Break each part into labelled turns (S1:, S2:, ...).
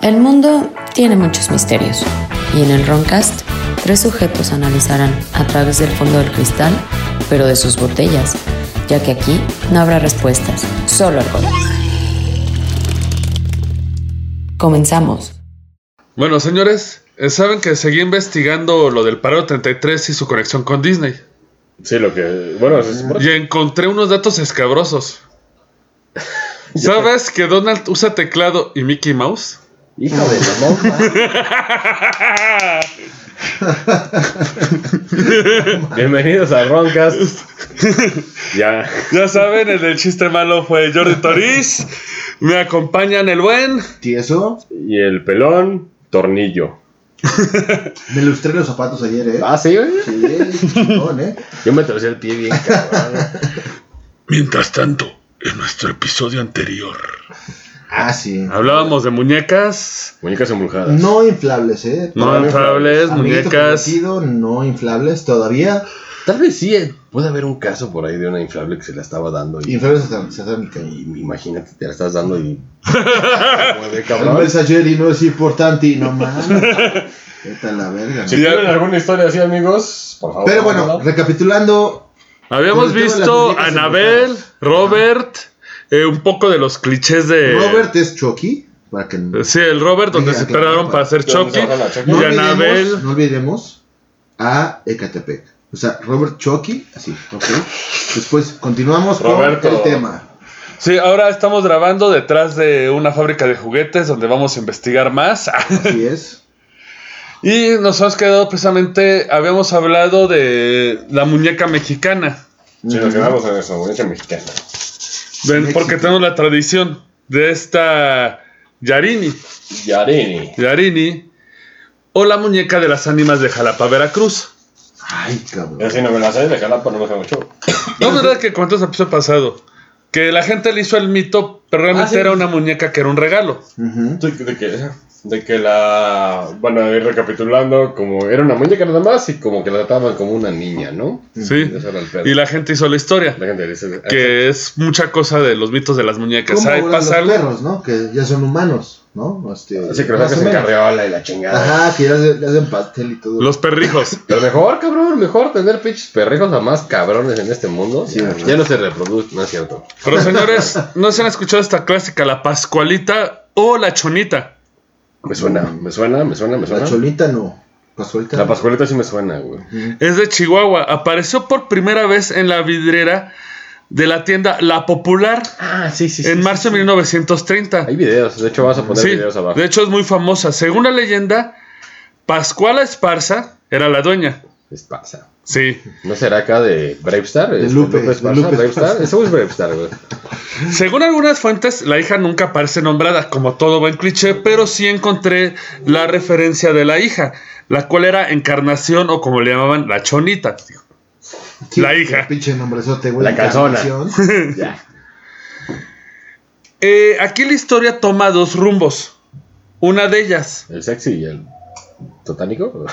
S1: El mundo tiene muchos misterios y en el Roncast tres sujetos analizarán a través del fondo del cristal, pero de sus botellas, ya que aquí no habrá respuestas, solo algo. Comenzamos.
S2: Bueno, señores, eh, saben que seguí investigando lo del paro 33 y su conexión con Disney.
S3: Sí, lo que. Bueno, es-
S2: Y encontré unos datos escabrosos. ¿Sabes que Donald usa teclado y Mickey Mouse?
S3: hijo de la mo- Bienvenidos a Roncast. ya.
S2: ya saben, el del chiste malo fue Jordi Toriz. Me acompañan el buen.
S4: Tieso.
S3: Y el pelón, tornillo.
S4: Me lustré los zapatos ayer, ¿eh?
S3: Ah, sí, güey.
S4: Sí, chingón, ¿eh?
S3: Yo me torcí el pie bien cabrón.
S2: Mientras tanto, en nuestro episodio anterior.
S4: Ah, sí.
S2: Hablábamos de muñecas,
S3: Muñecas embrujadas.
S4: No inflables, ¿eh?
S2: no inflables,
S4: Amiguito
S2: muñecas.
S4: prometido, no inflables todavía.
S3: Tal vez sí, eh, puede haber un caso por ahí de una inflable que se la estaba dando. Y,
S4: Inflables hasta satánica.
S3: y imagínate, te la estás dando y. Mueve,
S4: El
S3: cabrón.
S4: mensajer y no es importante y no más. Vete a la verga.
S3: Si
S4: ¿no?
S3: tienen alguna historia así, amigos, por favor.
S4: Pero bueno,
S3: háganla.
S4: recapitulando.
S2: Habíamos
S4: Sobre todo
S2: visto
S4: las muñecas
S2: Anabel,
S4: embrujadas.
S2: Robert, eh, un poco de los clichés de.
S4: Robert es Chucky. Para que no,
S2: Sí, el Robert, donde
S4: Sí,
S2: se esperaron
S4: claro, claro.
S2: para hacer Chucky.
S3: Donde se agarra la Chucky.
S2: Y
S4: olvidemos-
S2: Anabel.
S4: no olvidemos a Ecatepec. O sea, Robert Chucky, así, ¿ok? Después continuamos
S3: Roberto.
S4: con el tema.
S2: Sí, ahora estamos grabando detrás de una fábrica de juguetes donde vamos a investigar más.
S4: Así es.
S2: y nos hemos quedado precisamente, habíamos hablado de la muñeca mexicana.
S3: Si nos quedamos en eso, muñeca mexicana.
S2: de-
S4: México.
S2: porque tenemos la tradición de esta Yarini.
S3: Yarini.
S2: Yarini. O la muñeca de las ánimas de Jalapa, Veracruz.
S4: Ay, cabrón.
S3: Yo si no me la sé, de Jalapa no me sé mucho.
S2: No, verdad que cuántos episodios pasado. Que la gente le hizo el mito, pero realmente
S3: Ah, sí.
S2: era una muñeca que era un regalo.
S4: Ujú.
S3: De, de que, de que la. Bueno, a ir recapitulando, como era una muñeca nada más y como que la trataban como una niña, ¿no?
S2: Sí.
S3: Eso era el pedo.
S2: Y la gente hizo la historia.
S3: La gente dice. "Ah,
S2: Que es mucha cosa de los mitos de las muñecas.
S4: Como
S2: Ahí
S4: ahora
S2: pasa
S4: los
S2: algo.
S4: perros, ¿no? Que ya son humanos, ¿no? Este,
S3: Así que lo
S4: más
S3: sacas
S4: o
S3: en
S4: menos.
S3: carriola y la chingada.
S4: Ajá, que ya le, le hacen pastel y todo.
S2: Los perrijos.
S3: Pero mejor, cabrón, mejor tener pinches perrijos a más cabrones en este mundo.
S4: Sí,
S3: ya,
S4: ¿verdad?
S3: ya no se reproduce, no es cierto.
S2: Pero señores, no se han escuchado esta clásica, la Pascualita o la Chonita.
S3: Me suena, me suena, me suena, me
S4: La
S3: suena.
S4: cholita no. Pascualita.
S3: La
S4: no.
S3: pascualita sí me suena, güey.
S4: Ujú.
S2: Es de Chihuahua. Apareció por primera vez en la vidriera de la tienda La Popular
S3: Ah, sí, sí.
S2: en marzo de 1930.
S3: Hay videos, de hecho vas a poner
S2: Sí,
S3: videos abajo.
S2: de hecho es muy famosa. Según la leyenda, Pascuala Esparza era la dueña.
S3: Esparza.
S2: Sí.
S3: ¿No será acá de Bravestar?
S4: De
S3: ¿Es
S4: Lupe,
S3: Esparza?
S4: de Lupe
S3: ¿Bravestar?
S4: Esparza.
S3: Eso es Bravestar, güey.
S2: Según algunas fuentes, la hija nunca aparece nombrada, como todo buen cliché, pero sí encontré la referencia de la hija, la cual era Encarnación o como le llamaban, la Chonita.
S4: Sí,
S2: la hija.
S4: Pinche nombrezote, güey.
S3: La calzona.
S4: canción.
S3: Ya.
S2: Eh, aquí la historia toma dos rumbos. Una de ellas,
S3: ¿El sexy y el totánico?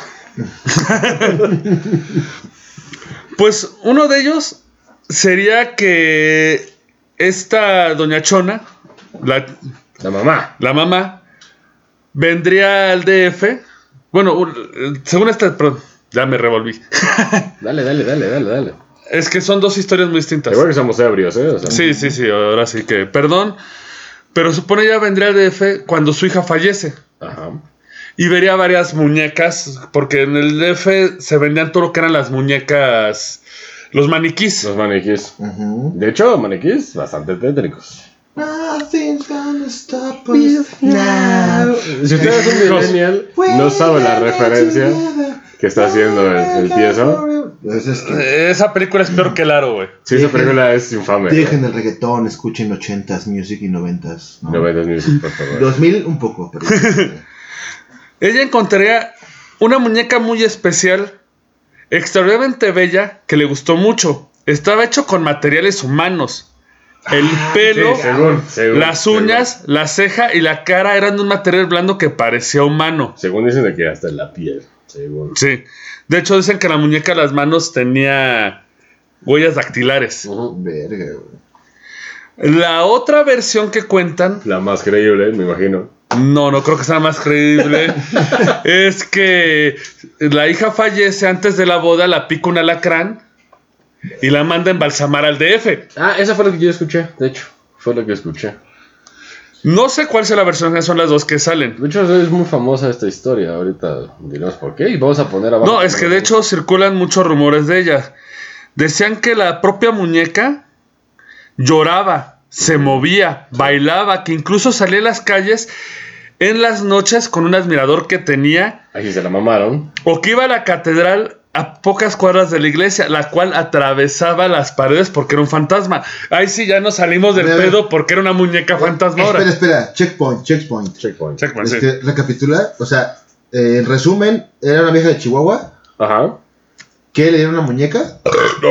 S2: pues uno de ellos sería que esta doña Chona, la,
S3: La mamá.
S2: la mamá, vendría al DF. Bueno, un- eh, según esta, perdón, ya me revolví.
S3: Dale, dale, dale, dale, dale.
S2: Es que son dos historias muy distintas.
S3: Igual que somos ebrios, ¿eh? O sea,
S2: Sí, sí, sí, ahora sí que, perdón, pero supone ya vendría al DF cuando su hija fallece
S3: Ajá.
S2: y vería varias muñecas, porque en el DF se vendían todo lo que eran las muñecas, los maniquís.
S3: Los maniquís.
S4: Ujú.
S3: De hecho, maniquís bastante tétricos.
S4: Nothing's gonna stop us now.
S3: Si usted es un
S2: Hijos.
S3: millennial, no sabe la referencia que está haciendo el, el tieso.
S4: Pues es que
S2: Eh, Esa película es peor que el aro, güey.
S3: Sí, esa película es infame.
S4: dejen el reggaetón, escuchen 80s music y 90s. ¿no?
S3: No veas Music, por favor.
S4: 2000 un poco, pero.
S2: Ella encontraría una muñeca muy especial, extraordinariamente bella, que le gustó mucho. Estaba hecho con materiales humanos. El pelo,
S3: Ah, Sí, según, según,
S2: las
S3: según.
S2: uñas, la ceja y la cara eran de un material blando que parecía humano.
S3: Según dicen de que hasta en la piel. Según.
S2: Sí. De hecho, dicen que la muñeca de las manos tenía huellas dactilares.
S4: Verga, güey.
S2: La otra versión que cuentan
S3: La más creíble, me imagino.
S2: No, no creo que sea más creíble. es que la hija fallece antes de la boda, la pica un alacrán y la manda a embalsamar al DF.
S3: Ah, eso fue lo que yo escuché, de hecho. Fue lo que escuché.
S2: No sé cuál sea la versión, son las dos que salen.
S3: De hecho, es muy famosa esta historia. Ahorita diremos por qué. Y vamos a poner abajo.
S2: No, es que de hecho circulan muchos rumores de ella. Decían que la propia muñeca lloraba, se movía, bailaba, que incluso salía a las calles en las noches con un admirador que tenía
S3: Ahí se la mamaron.
S2: o que iba a la catedral a pocas cuadras de la iglesia, la cual atravesaba las paredes porque era un fantasma. Ahí sí ya nos salimos del
S4: A ver.
S2: pedo porque era una muñeca fantasma
S4: espera,
S2: ahora.
S4: espera, checkpoint, checkpoint.
S3: Checkpoint.
S2: Checkman, sí.
S4: Este, recapitular, o sea, eh, en resumen, era una vieja de Chihuahua
S3: Ajá.
S4: que le dieron una muñeca.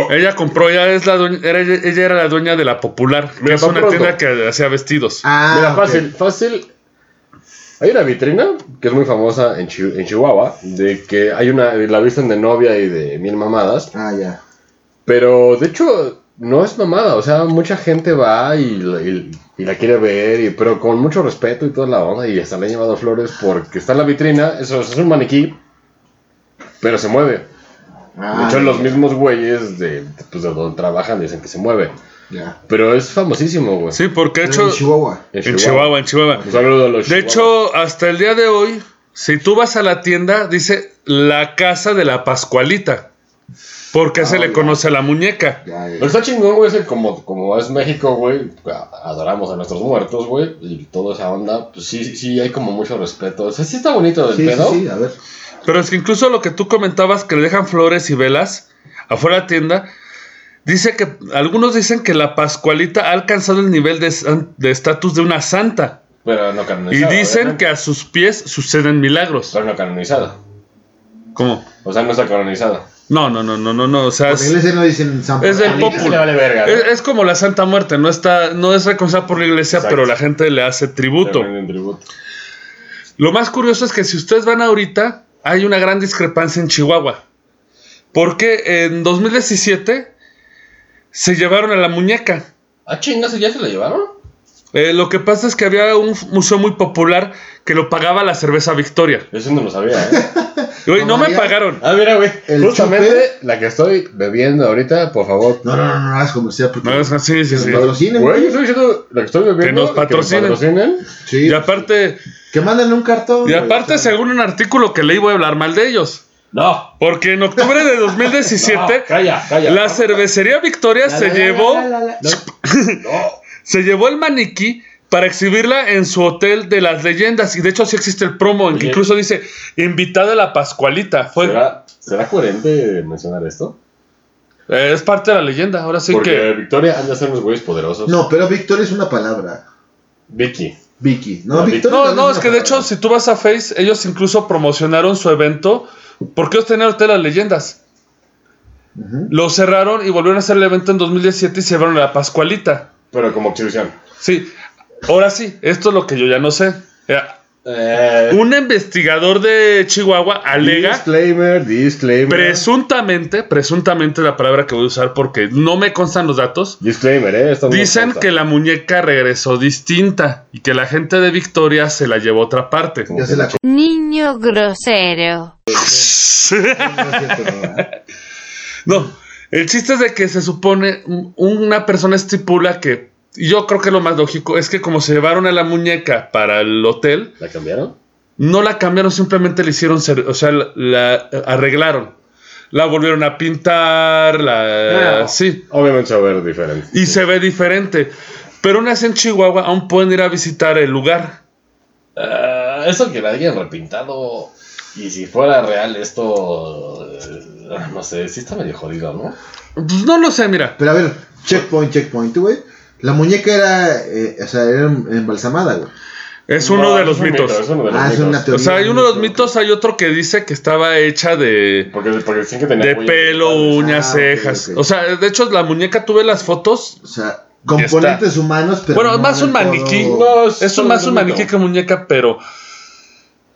S2: Ella compró, ella, es la dueña- era, ella era la dueña de la Popular, que
S3: Mira,
S2: es
S3: pa'
S2: una
S3: pronto.
S2: tienda que hacía vestidos.
S4: Ah,
S3: Mira,
S4: ok.
S3: fácil, fácil. Hay una vitrina que es muy famosa en, Chi- en Chihuahua, de que hay una, la visten de novia y de mil mamadas,
S4: Ah, ya.
S3: pero de hecho no es mamada, o sea, mucha gente va y, la- y- y la quiere ver, y, pero con mucho respeto y toda la onda, y hasta le han llevado flores porque está en la vitrina, eso es un maniquí, pero se mueve. De
S4: Ah,
S3: hecho,
S4: ya,
S3: los mismos güeyes de, pues, de donde trabajan dicen que se mueve,
S4: Ya.
S3: pero es famosísimo, güey.
S2: Sí, porque de
S4: Era
S2: hecho...
S4: en Chihuahua.
S2: En Chihuahua, en Chihuahua.
S3: Un saludo a los
S2: De
S3: chihuahuas.
S2: hecho, hasta el día de hoy, si tú vas a la tienda, dice la casa de la Pascualita. Porque se
S4: Ah,
S2: le
S4: ya.
S2: conoce a la muñeca.
S4: Ya, ya.
S3: Pero está chingón, güey, es que como, como es México, güey, a- adoramos a nuestros muertos, güey, y toda esa onda, pues sí, sí, sí, hay como mucho respeto. O sea, sí está bonito el
S4: Sí, sí,
S3: pedo.
S4: sí, a ver.
S2: Pero es que incluso lo que tú comentabas, que le dejan flores y velas afuera de la tienda, dice que algunos dicen que la Pascualita ha alcanzado el nivel de san- de estatus de una santa.
S3: Pero no
S2: Y
S3: canonizada.
S2: dicen
S3: obviamente.
S2: que a sus pies suceden milagros.
S3: Pero no canonizada.
S2: ¿Cómo?
S3: O sea, no está canonizada.
S2: No, no, no, no, no, no. O sea,
S4: En
S2: es,
S4: inglés no dicen San
S2: es del
S4: Juan.
S2: pop.
S3: Se le vale verga. ¿no?
S2: es- es como la Santa Muerte, no está, no es reconciliada por la iglesia,
S3: Exacto.
S2: pero la gente le hace tributo.
S3: Tremendo tributo.
S2: Lo más curioso es que si ustedes van ahorita, hay una gran discrepancia en Chihuahua. Porque en 2017 se llevaron a la muñeca.
S3: Ah, chingas, ¿ya se la llevaron?
S2: Eh, lo que pasa es que había un f- museo muy popular que lo pagaba la cerveza Victoria.
S3: Eso no lo sabía, ¿eh?
S2: Güey, no me
S4: María.
S2: pagaron.
S3: ah, mira, güey.
S4: El
S3: Justamente la que estoy bebiendo ahorita, por favor.
S4: No, no, no, no hagas comercial porque
S2: No, es- sí, sí,
S4: nos
S2: sí.
S4: patrocinen.
S3: Güey, yo estoy diciendo la que estoy bebiendo.
S2: Que nos patrocinen.
S3: patrocinen.
S4: Sí.
S2: Y aparte,
S4: Que manden un cartón.
S2: y
S4: güey, o
S2: aparte
S4: sea,
S2: según un artículo que leí, voy a hablar mal de ellos.
S3: No.
S2: Porque en octubre de
S3: no,
S2: 2017,
S3: calla, calla.
S2: la cervecería Victoria se llevó...
S3: No.
S2: se llevó el maniquí para exhibirla en su hotel de las leyendas. Y de hecho, sí existe el promo en que
S3: Oye.
S2: incluso dice invitada a la Pascualita. Fue,
S3: ¿Será, será coherente mencionar esto?
S2: eh, es parte de la leyenda. Ahora sí
S3: Porque
S2: que.
S3: Victoria han de ser unos güeyes poderosos.
S4: No, pero Victoria es una palabra.
S3: Vicky.
S4: Vicky. No,
S3: No,
S4: Victoria.
S2: No,
S4: también
S2: no, es
S4: una
S2: que de
S4: palabra.
S2: hecho, si tú vas a Face, ellos incluso promocionaron su evento. Porque ellos tenían el hotel de las leyendas.
S4: Ujú.
S2: Lo cerraron y volvieron a hacer el evento en 2017 y se llevaron a la Pascualita.
S3: Pero como exhibición.
S2: Sí. Ahora sí, esto es lo que yo ya no sé. Eh,
S3: Eh,
S2: Un investigador de Chihuahua alega
S3: Disclaimer, disclaimer.
S2: Presuntamente, presuntamente la palabra que voy a usar porque no me constan los datos.
S3: disclaimer, eh. esto no
S2: Dicen
S3: nos consta.
S2: que la muñeca regresó distinta y que la gente de Victoria se la llevó a otra parte.
S4: Ya se la co-
S5: Niño grosero.
S4: no es cierto, no, ¿verdad?
S2: No, el chiste es de que se supone un- una persona estipula que, y yo creo que lo más lógico es que como se llevaron a la muñeca para el hotel,
S3: ¿La cambiaron?
S2: no la cambiaron, simplemente le hicieron, ser- o sea, la, la arreglaron. La volvieron a pintar, la...
S3: No.
S2: Sí.
S3: Obviamente se va a ver diferente.
S2: y se ve diferente. Pero aún así en Chihuahua aún pueden ir a visitar el lugar.
S3: Eh, eso que la hayan repintado. Y si fuera real esto. eh, No sé, sí está medio jodido, ¿no?
S2: Pues no lo sé, mira.
S4: Pero a ver, checkpoint, checkpoint, güey. La muñeca era, eh, o sea, era embalsamada, güey.
S2: Es uno
S3: No,
S2: de los
S3: un mito,
S2: mitos.
S3: es uno de los
S4: Ah, es
S3: mitos.
S4: una
S2: o sea, hay uno de los
S4: mito.
S2: mitos, hay otro que dice que estaba hecha de,
S3: Porque, porque dicen que tenía
S2: de
S3: huellas
S2: pelo,
S3: digitales.
S2: uñas,
S4: Ah, ok,
S2: cejas.
S4: ok.
S2: O sea, de hecho, la muñeca tuve las fotos.
S4: O sea, componentes humanos, pero.
S2: bueno,
S4: no
S2: es más un
S4: del todo-
S2: maniquí.
S3: No, es
S2: es un-
S3: solo
S2: más
S3: un
S2: un
S3: mito.
S2: maniquí que muñeca, pero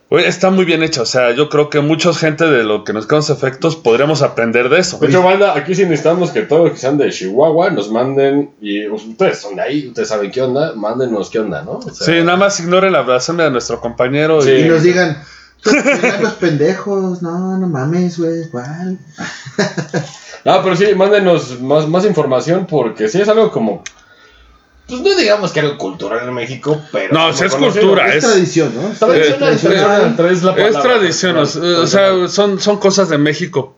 S2: Oye, está muy bien hecha. O sea, yo creo que mucha gente de lo que nos quedan los efectos podríamos aprender de eso.
S3: De hecho, banda, aquí sí necesitamos que todos los que sean de Chihuahua nos manden. Y pues, ustedes son de ahí, ustedes saben qué onda, mándenos qué onda, ¿no? O sea,
S2: Sí, nada más ignoren la blasfemia de nuestro compañero.
S3: Sí.
S2: y-
S4: Y nos digan, "Pues, los pendejos, no, no mames, güey, ¿cuál?
S3: Ah, pero sí, mándenos más, más información porque sí es algo como. Pues no digamos que algo cultural en México, pero.
S2: No,
S3: como
S2: sí es
S3: conocido.
S2: cultura,
S4: Es
S2: es-
S4: tradición, ¿no? Es
S3: Tradicional,
S2: Eh,
S3: tradicional,
S4: tradicional.
S3: es la
S2: Es
S3: palabra.
S2: tradición, o, o sea, son, son cosas de México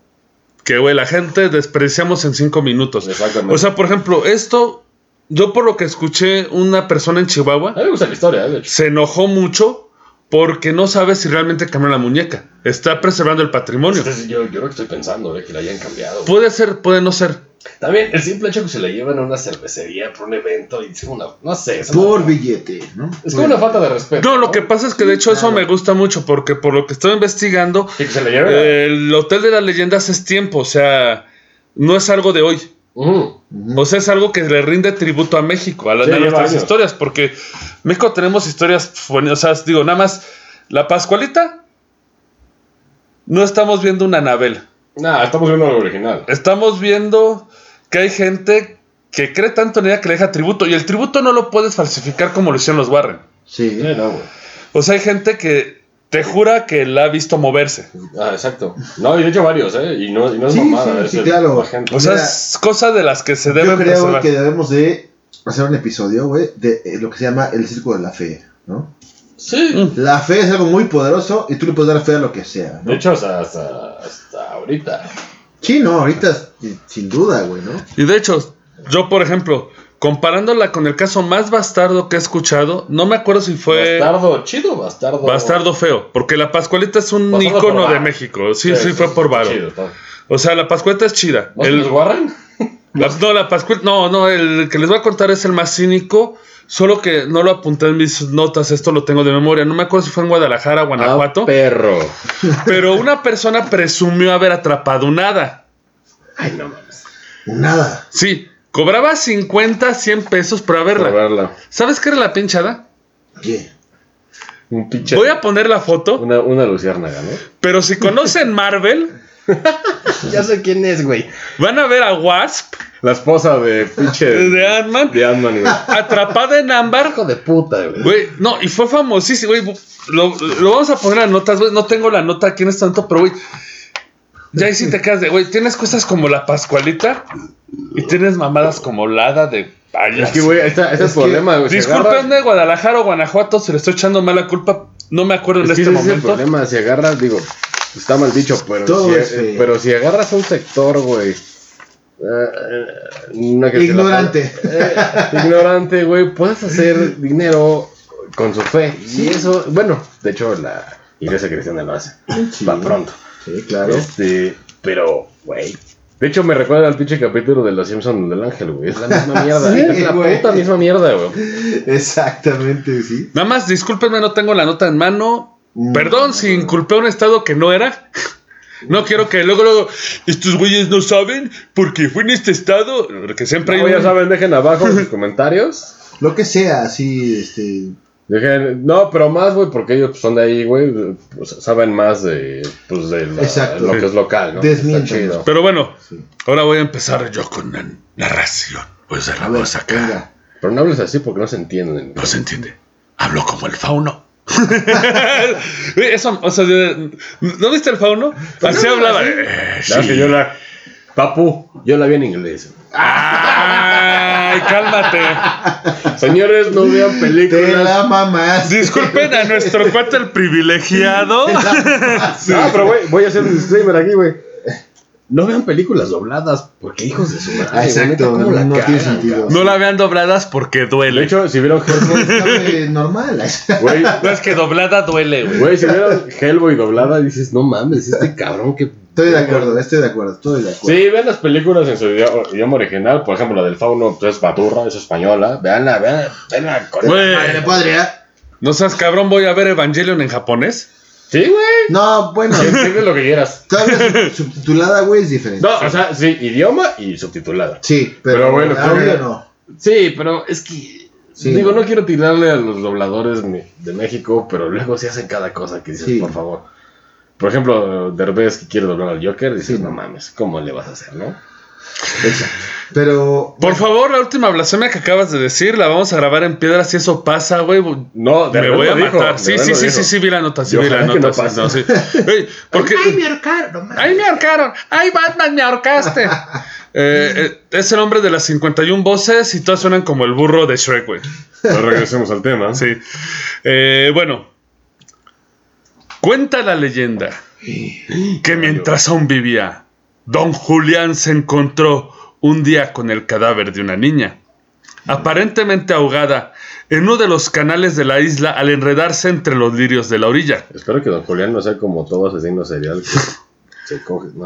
S2: que, güey, la gente despreciamos en cinco minutos.
S3: Exactamente.
S2: O sea, por ejemplo, esto, yo por lo que escuché, una persona en Chihuahua
S3: a mí me gusta la historia, eh, de hecho.
S2: se enojó mucho porque no sabe si realmente cambió la muñeca. Está preservando el patrimonio.
S3: Entonces, yo, yo creo que estoy pensando, eh, que la hayan cambiado. güey.
S2: Puede ser, puede no ser.
S3: También, el simple hecho que se la llevan a una cervecería por un evento y es como una. No sé, es,
S4: Por
S3: una,
S4: billete, ¿no?
S3: es como una falta de respeto.
S2: No, lo que pasa es que de hecho eso
S4: claro.
S2: me gusta mucho porque por lo que estoy investigando,
S3: Y que se la lleven. a-
S2: el Hotel de las Leyendas es tiempo, o sea, no es algo de hoy.
S3: Ujú.
S2: O sea, es algo que le rinde tributo a México, a, las
S3: Sí,
S2: a
S3: lleva
S2: nuestras
S3: años.
S2: historias, porque México tenemos historias buenas. O sea, digo, nada más la Pascualita, no estamos viendo una Anabel.
S3: Nah, estamos viendo lo original.
S2: Estamos viendo que hay gente que cree tanto en ella que le deja tributo, y el tributo no lo puedes falsificar como lo hicieron los Warren.
S4: Sí.
S3: Sí, no, güey.
S2: O sea, hay gente que te jura que la ha visto moverse.
S3: Ah, exacto. No, y de hecho varios, ¿eh? Y no, y no es
S4: Sí,
S3: mamada.
S4: sí,
S3: es
S4: sí,
S3: el-
S4: claro.
S3: la gente.
S2: O sea,
S4: Mira,
S2: es cosa de las que se deben
S4: Yo creo
S2: preservar.
S4: que debemos de hacer un episodio, güey, de eh, lo que se llama el circo de la fe, ¿no?
S2: mm.
S3: Sí.
S4: La fe es algo muy poderoso y tú le puedes dar fe a lo que sea,
S3: De
S4: ¿no?
S3: hecho, hasta, hasta, hasta ahorita.
S4: Sí, no, ahorita eh, sin duda, güey, ¿no?
S2: Y de hecho, yo por ejemplo, comparándola con el caso más bastardo que he escuchado, no me acuerdo si fue bastardo,
S3: Bastardo chido, bastardo.
S2: feo, porque la Pascualita es un
S3: Bastardo por
S2: ícono de
S3: varo.
S2: México. Sí, sí, fue por varo.
S3: Chido, está.
S2: O sea, la Pascualita es chida.
S3: ¿Vos
S2: El-
S3: los Warren?
S2: la- no, la Pascualita, no, no, el que les voy a contar es el más cínico. Solo que no lo apunté en mis notas, esto lo tengo de memoria. No me acuerdo si fue en Guadalajara, Guanajuato.
S3: Ah, perro.
S2: pero una persona presumió haber atrapado un hada.
S3: Ay, no mames.
S4: Nada.
S2: Sí, cobraba 50, 100 pesos por haberla.
S3: Por verla.
S2: ¿Sabes qué era la pinchada?
S4: ¿Qué?
S3: Un pinche.
S2: Voy a poner la foto,
S3: Una, una luciérnaga, ¿no?
S2: pero si conocen Marvel,
S3: ya sé quién es, güey.
S2: van a ver a Wasp
S3: La esposa de pinche.
S2: de Ant-Man
S3: de Ant-Man, güey.
S2: atrapada en ámbar.
S3: Hijo de puta, güey.
S2: Güey, no, y fue famosísimo, güey. Lo, lo vamos a poner en las notas, güey. No tengo la nota aquí en este momento, pero, güey. Ya ahí sí te quedas de, güey, tienes cosas como la Pascualita y tienes mamadas como la hada de
S3: Es
S2: payaso.
S3: que, güey, ahí está, ahí está
S4: Es
S3: el
S4: que-
S3: problema, güey. se agarra-
S2: Disculpen de Guadalajara o Guanajuato, se le estoy echando mala culpa. No me acuerdo en
S3: Es que
S2: este
S3: ese es el
S2: momento.
S3: problema, si agarras, digo, está mal dicho, pero,
S4: Todo
S3: si,
S4: es feo.
S3: pero si agarras un sector, güey. eh, eh, no quiero decir la
S4: Ignorante.
S3: palabra, eh, ignorante, güey, puedes hacer dinero con su fe. Y eso, bueno, de hecho la iglesia cristiana lo hace.
S4: Sí.
S3: Va pronto.
S4: Sí, claro.
S3: Este, pero, güey. De hecho, me recuerda al pinche capítulo de Los Simpsons del Ángel, güey. Es la misma mierda.
S4: Sí,
S3: es la
S4: güey.
S3: puta misma mierda, güey.
S4: Exactamente, sí.
S2: Nada más, discúlpenme, no tengo la nota en mano.
S4: Mm.
S2: Perdón si inculpé a un estado que no era. No quiero que luego, luego, estos güeyes no saben porque fue en este estado. Que siempre hay
S3: No, ya
S2: un-
S3: saben, dejen abajo en sus comentarios.
S4: Lo que sea, así, este.
S3: Dije, no, pero más, güey, porque ellos pues, son de ahí, güey, pues, saben más de, pues, de la-
S4: Exacto.
S3: lo que es local, ¿no?
S4: Desmienten.
S3: Está chido.
S2: Pero bueno,
S4: Sí.
S2: ahora voy a empezar yo con la narración. Voy a hacer la
S4: A ver,
S2: voz acá.
S4: venga.
S3: Pero no hables así porque no se entienden.
S2: No se entiende. Hablo como el fauno. Güey, Eso, o sea, de- ¿no viste el fauno? Así hablaba. eh,
S3: Claro
S2: sí.
S3: que yo la... Papu, yo la vi en inglés.
S2: Ay, cálmate.
S3: Señores, no vean
S4: Te la
S3: películas.
S4: mamás.
S2: Disculpen a nuestro cuate el privilegiado.
S3: Ah, pero, güey, voy a hacer un disclaimer aquí, güey. No vean películas dobladas porque hijos de su madre. güey, neta,
S4: Exacto,
S3: ¿cómo la
S4: no tiene
S3: cagan,
S4: sentido.
S3: cabrón?
S2: No la vean dobladas porque
S3: De
S2: duele.
S3: hecho, si vieron Hellboy,
S4: Sabe eh, normal.
S3: güey,
S2: No es que doblada duele, güey.
S3: güey, si vieron Hellboy doblada, dices, no mames, este cabrón que...
S4: Estoy de acuerdo, estoy de acuerdo, estoy de acuerdo.
S3: Sí, vean las películas en su idioma, idioma original. Por ejemplo, la del fauno pues, es baturra, es española. Veanla, veanla, veanla con-
S2: Güey.
S4: Madre podría.
S2: No seas cabrón, voy a ver Evangelion en japonés.
S3: Sí, güey.
S4: No, bueno.
S3: Entiende lo que quieras.
S4: Todavía sub- subtitulada, güey, es diferente.
S3: No, o sea, sí, idioma y subtitulada.
S4: Sí,
S3: Pero
S4: pero,
S3: bueno,
S4: audio
S3: Claudia-
S4: no.
S3: Sí, pero es que
S4: Sí.
S3: Digo, no quiero tirarle a los dobladores me- de México, pero luego se hacen cada cosa que dices,
S4: Sí.
S3: por favor. Por ejemplo, Derbez que quiere doblar al Joker, dices,
S4: Sí.
S3: no mames, ¿cómo le vas a hacer, no?
S4: Pero.
S2: Por favor, la última blasfemia que acabas de decir, la vamos a grabar en piedra si eso pasa, güey. bu-
S3: No,
S2: Me voy a
S3: lo dijo,
S2: matar. Sí,
S3: Derbez
S2: sí,
S3: lo
S2: sí,
S3: dijo.
S2: sí, sí, vi la nota, sí,
S3: Y
S2: vi la
S3: ojalá que
S2: nota.
S3: no
S2: sí,
S3: pase.
S2: no, sí. Ey, porque,
S4: ¡Ay, me ahorcaron!
S2: ¡Ay, me ahorcaron! ¡Ay, Batman, me ahorcaste! Eh, eh, es el hombre de las 51 voces y todas suenan como el burro de Shrek, güey.
S3: Pero regresemos al tema.
S2: Sí. Eh, bueno. Cuenta la leyenda que mientras aún vivía, don Julián se encontró un día con el cadáver de una niña, aparentemente ahogada en uno de los canales de la isla al enredarse entre los lirios de la orilla.
S3: Espero que Don Julián no sea como todo asesino serial que se coge. No.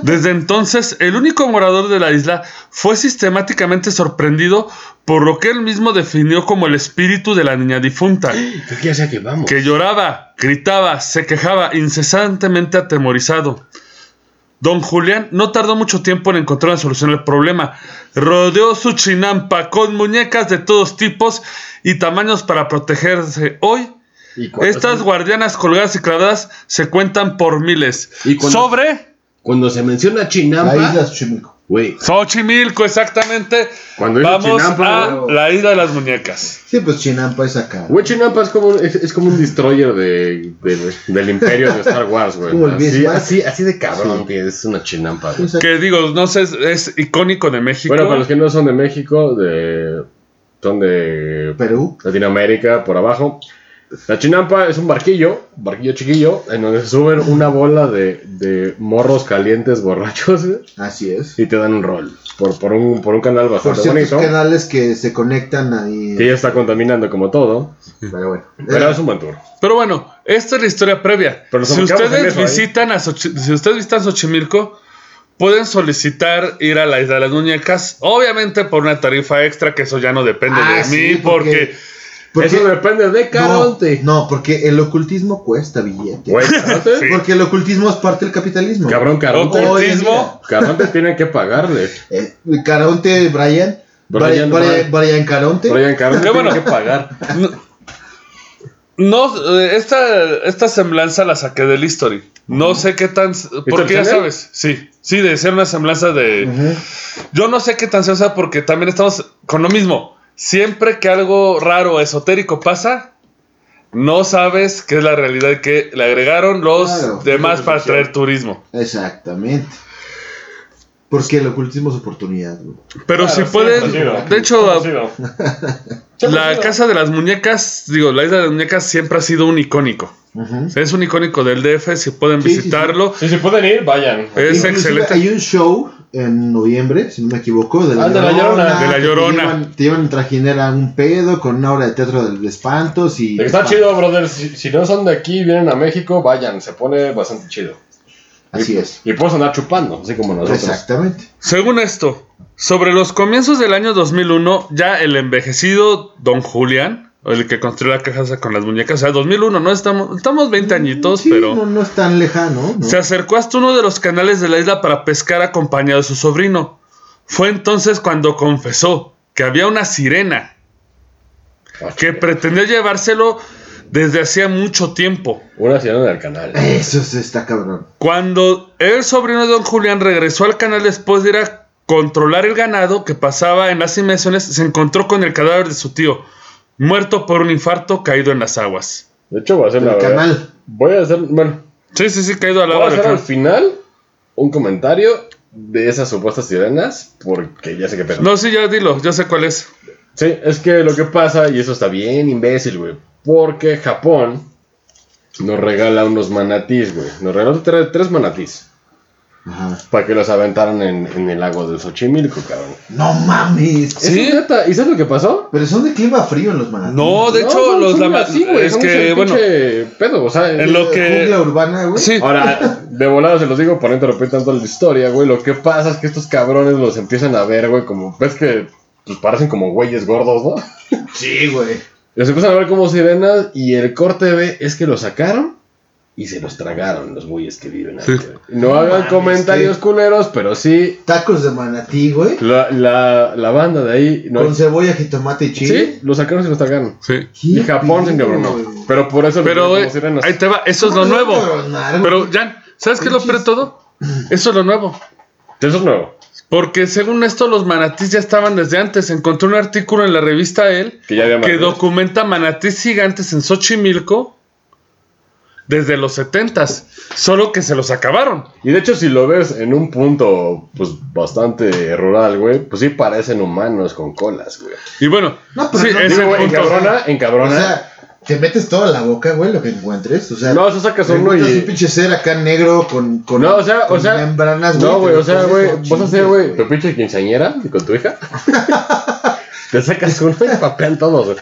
S2: Desde entonces, el único morador de la isla fue sistemáticamente sorprendido por lo que él mismo definió como el espíritu de la niña difunta,
S3: pues Ya sea que vamos.
S2: que lloraba, gritaba, se quejaba incesantemente atemorizado. Don Julián no tardó mucho tiempo en encontrar una solución al problema. Rodeó su chinampa con muñecas de todos tipos y tamaños para protegerse. Hoy,
S3: ¿Y cuando
S2: estas
S3: se-
S2: guardianas colgadas y clavadas se cuentan por miles.
S3: ¿Y cuando-
S2: Sobre
S3: Cuando se menciona
S4: La isla
S3: Chinampa,
S4: es Xochimilco.
S3: güey,
S2: Xochimilco, exactamente.
S3: Cuando dice
S2: Vamos
S3: Chinampa,
S2: a
S3: güey.
S2: la isla de las muñecas.
S4: Sí, pues Chinampa es acá.
S3: Güey, Chinampa es como, un- es, es como un destroyer de, de- del imperio de Star Wars, güey.
S4: Como el
S3: así,
S4: Bismarck.
S3: así, así de cabrón,
S4: Sí.
S3: tío, es una Chinampa, güey.
S4: Es acá.
S2: Que digo, no sé, es, es icónico de México.
S3: Bueno, para los que no son de México, de, son de
S4: Perú.
S3: Latinoamérica, por abajo. La Chinampa es un barquillo, barquillo chiquillo, en donde se suben una bola de, de morros calientes borrachos güey,
S4: Así es.
S3: y te dan un rol por, por, un, por un canal
S4: Por
S3: bastante
S4: ciertos
S3: bonito.
S4: canales que se conectan ahí.
S3: Que ya está contaminando como todo,
S4: Pero bueno.
S3: pero
S4: Eh,
S3: es un buen tour.
S2: Pero bueno, esta es la historia previa.
S3: Pero nos
S2: si
S3: enfocamos
S2: ustedes
S3: en eso, ¿eh?
S2: visitan a Xochi- si ustedes visitan Xochimilco, pueden solicitar ir a la isla de las muñecas, obviamente por una tarifa extra, que eso ya no depende
S4: Ah,
S2: de
S4: sí,
S2: mí, porque,
S4: porque-
S3: Eso depende de Caronte.
S4: No, no, porque el ocultismo cuesta billete.
S3: Güey, Caronte,
S2: Sí.
S4: Porque el ocultismo es parte del capitalismo.
S3: cabrón Caronte.
S4: Oye,
S2: ocultismo.
S3: Caronte tiene que pagarle.
S4: Eh, Caronte, Brian.
S3: Brian, Brian.
S4: Brian, Brian, Brian Caronte.
S3: Brian Caronte
S2: Qué bueno.
S3: tiene que pagar.
S2: No, eh, esta, esta semblanza la saqué del History. No sé qué tan. Porque ya
S3: channel?
S2: sabes, sí, sí, de ser una semblanza de. Yo no sé qué tan sea, o sea, porque también estamos con lo mismo. Siempre que algo raro o esotérico pasa, no sabes qué es la realidad y que le agregaron los
S4: Claro,
S2: demás
S4: claro,
S2: para
S4: claro.
S2: traer turismo.
S4: Exactamente. Porque el ocultismo es oportunidad. güey.
S2: Pero
S3: Claro,
S2: si
S3: sí,
S2: pueden,
S3: conocido.
S2: de hecho,
S3: Conocido.
S2: la casa de las muñecas, digo, la isla de las muñecas siempre ha sido un icónico.
S4: Ujú.
S2: Es un icónico del DF, si pueden
S4: Sí, sí, sí.
S2: visitarlo.
S3: Si se pueden ir, vayan.
S2: Es
S4: Inclusive
S2: excelente.
S4: Hay un show en noviembre, si no me equivoco, de la
S3: Ah, de la Llorona.
S4: que
S2: De la
S4: te
S2: Llorona.
S4: llevan- Te llevan, en trajinera a un pedo con una obra de teatro del de espantos y.
S3: Está chido, brother. Si, si no son de aquí y vienen a México, vayan. Se pone bastante chido.
S4: Así
S3: Y-
S4: es.
S3: Y puedes andar chupando, así como nosotros.
S4: Exactamente.
S2: Según esto, sobre los comienzos del año 2001, ya el envejecido Don Julián, el que construyó la casa con las muñecas, o sea, 2001, ¿no? Estamos, estamos 20 añitos,
S4: Sí,
S2: pero...
S4: no, no es tan lejano. ¿no?
S2: Se acercó hasta uno de los canales de la isla para pescar acompañado de su sobrino. Fue entonces cuando confesó que había una sirena
S3: Ah,
S2: que pretendió llevárselo desde hacía mucho tiempo.
S3: Una sirena del canal.
S4: Eso es- está cabrón.
S2: Cuando el sobrino de don Julián regresó al canal después de ir a controlar el ganado que pasaba en las inmediaciones, se encontró con el cadáver de su tío, muerto por un infarto caído en las aguas.
S3: De hecho, voy a hacer
S4: Del
S3: la verdad.
S4: canal.
S3: Voy a hacer, bueno,
S2: Sí, sí, sí, caído al
S3: voy a
S2: agua. del
S3: hacer al
S2: canal.
S3: final un comentario de esas supuestas sirenas, porque ya sé qué pedo.
S2: No, sí, ya dilo, yo sé cuál es.
S3: Sí, es que lo que pasa, y eso está bien imbécil, güey, porque Japón nos regala unos manatís, güey. Nos regaló tre- tres manatís
S4: Ajá.
S3: para que los aventaran en, en el lago de Xochimilco, cabrón.
S4: No mames.
S3: ¿Sí? ¿Y sabes lo que pasó?
S4: Pero son de clima frío en los manatíes.
S2: No, de hecho, los
S3: son
S2: lama-
S3: así, güey,
S2: es
S3: son
S2: que,
S3: ese
S2: bueno,
S3: pinche pedo, o sea,
S2: en lo que-
S4: Jungla urbana, güey.
S2: Sí,
S3: Ahora, de volada se los digo para no interrumpir tanto la historia, güey. Lo que pasa es que estos cabrones los empiezan a ver, güey, como. ¿Ves que pues, parecen como güeyes gordos, no?
S4: Sí, güey.
S3: Los empiezan a ver como sirenas y el corte, güey, es que los sacaron y se los tragaron los güeyes que viven ahí.
S2: Sí.
S3: güey. No hagan
S4: mames,
S3: comentarios
S4: sí.
S3: culeros, pero sí,
S4: Tacos de manatí, güey.
S3: la, la, la banda de ahí. No,
S4: Con cebolla, jitomate y
S3: sí,
S4: chile.
S3: los sacaron y se los tragaron.
S2: Sí.
S3: Y Japón se encabronó. Pero por eso
S2: Pero
S3: como
S2: eh,
S3: si eran los-
S2: ahí te va, eso es lo
S4: ¿Cómo te va a
S2: nuevo.
S4: coronar, güey?
S2: Pero Jan, ¿sabes qué es lo peor de todo? Eso es lo nuevo.
S3: Eso es nuevo.
S2: Porque según esto los manatís ya estaban desde antes. Encontré un artículo en la revista El
S3: Que ya había
S2: que
S3: manatíes.
S2: documenta manatís gigantes en Xochimilco desde los 70 solo que se los acabaron.
S3: Y de hecho, si lo ves en un punto, pues bastante rural, güey, pues sí parecen humanos con colas, güey.
S2: Y bueno,
S4: No, pero
S2: sí,
S4: no,
S2: es
S3: Digo,
S2: el
S3: en
S2: punto.
S3: cabrona, en
S4: O
S3: cabrona.
S4: sea, te metes todo a la boca, güey, lo que encuentres. O sea,
S3: No, o sea, sacas uno
S4: te metes
S3: y-
S4: un pinche ser acá negro con. con
S3: no, o sea, o
S4: con
S3: sea.
S4: Membranas,
S3: no, güey,
S4: te
S3: o sea,
S4: pones
S3: güey,
S4: con
S3: vas a hacer,
S4: chinches,
S3: güey, tu pinche quinceañera con tu hija. Te sacas uno y papean todos, güey.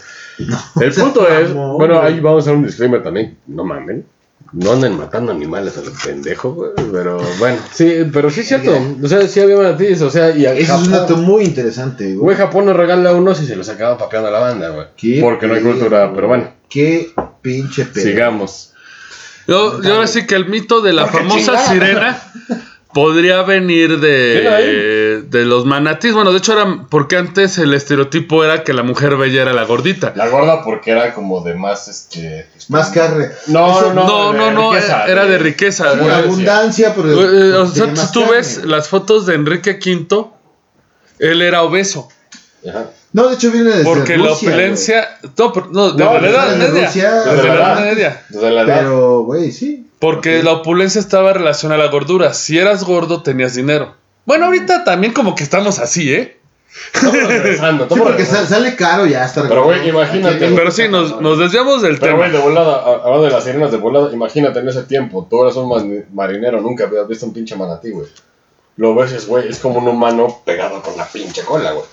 S3: El
S4: seas
S3: punto es,
S4: mamón,
S3: bueno,
S4: güey.
S3: ahí vamos a hacer un disclaimer también. No mamen. No anden matando animales a los pendejos, güey. Pero bueno, sí, pero sí es cierto. O sea, sí había manatíes, o sea, y a
S4: Eso es un
S3: Japón-
S4: dato muy interesante, güey.
S3: Güey, Japón nos regala unos y se los acaban papeando a la banda, güey.
S4: Qué
S3: Porque no hay
S4: pedo,
S3: cultura,
S4: güey.
S3: pero bueno,
S4: Qué pinche pedo.
S3: sigamos.
S2: Yo, yo ahora sí que el mito de la famosa sirena podría venir
S3: Mira
S2: de,
S3: ahí.
S2: de los manatís. Bueno, de hecho era porque antes el estereotipo era que la mujer bella era la gordita.
S3: La gorda porque era como de más, este...
S4: Más carne.
S3: No,
S4: Eso-
S2: No,
S3: no, de
S2: no, no,
S3: riqueza,
S2: era de riqueza.
S4: Sí,
S2: Era-
S4: abundancia, pero.
S2: Eh, o
S4: pero
S2: sea,
S4: tenía más
S2: tú
S4: carne,
S2: ves
S4: güey.
S2: las fotos de Enrique V, él era obeso.
S3: Ajá.
S4: No, de hecho viene desde
S2: Porque la
S4: Rusia, güey.
S2: opulencia. No, pero- no, de
S3: No,
S2: la Edad
S4: desde
S2: Media.
S4: Rusia,
S2: Desde
S3: desde
S2: la
S3: la
S2: Edad
S3: Edad.
S2: Media.
S3: Desde la edad.
S4: Pero, güey, sí.
S2: Porque la opulencia estaba relacionada a la gordura. Si eras gordo, tenías dinero. Bueno, ahorita también como que estamos así, ¿eh?
S3: Estamos regresando,
S4: Sí,
S3: estamos
S4: porque
S3: regresando.
S4: sal- sale caro ya estar.
S3: Pero, güey, imagínate.
S2: Pero sí, nos, nos desviamos del
S3: Pero, güey,
S2: tema.
S3: de volada, a- hablando de las sirenas de volada, imagínate en ese tiempo, tú eras un man- marinero, nunca habías visto un pinche manatí, güey. Lo ves, es, güey, es como un humano pegado con la pinche cola, güey.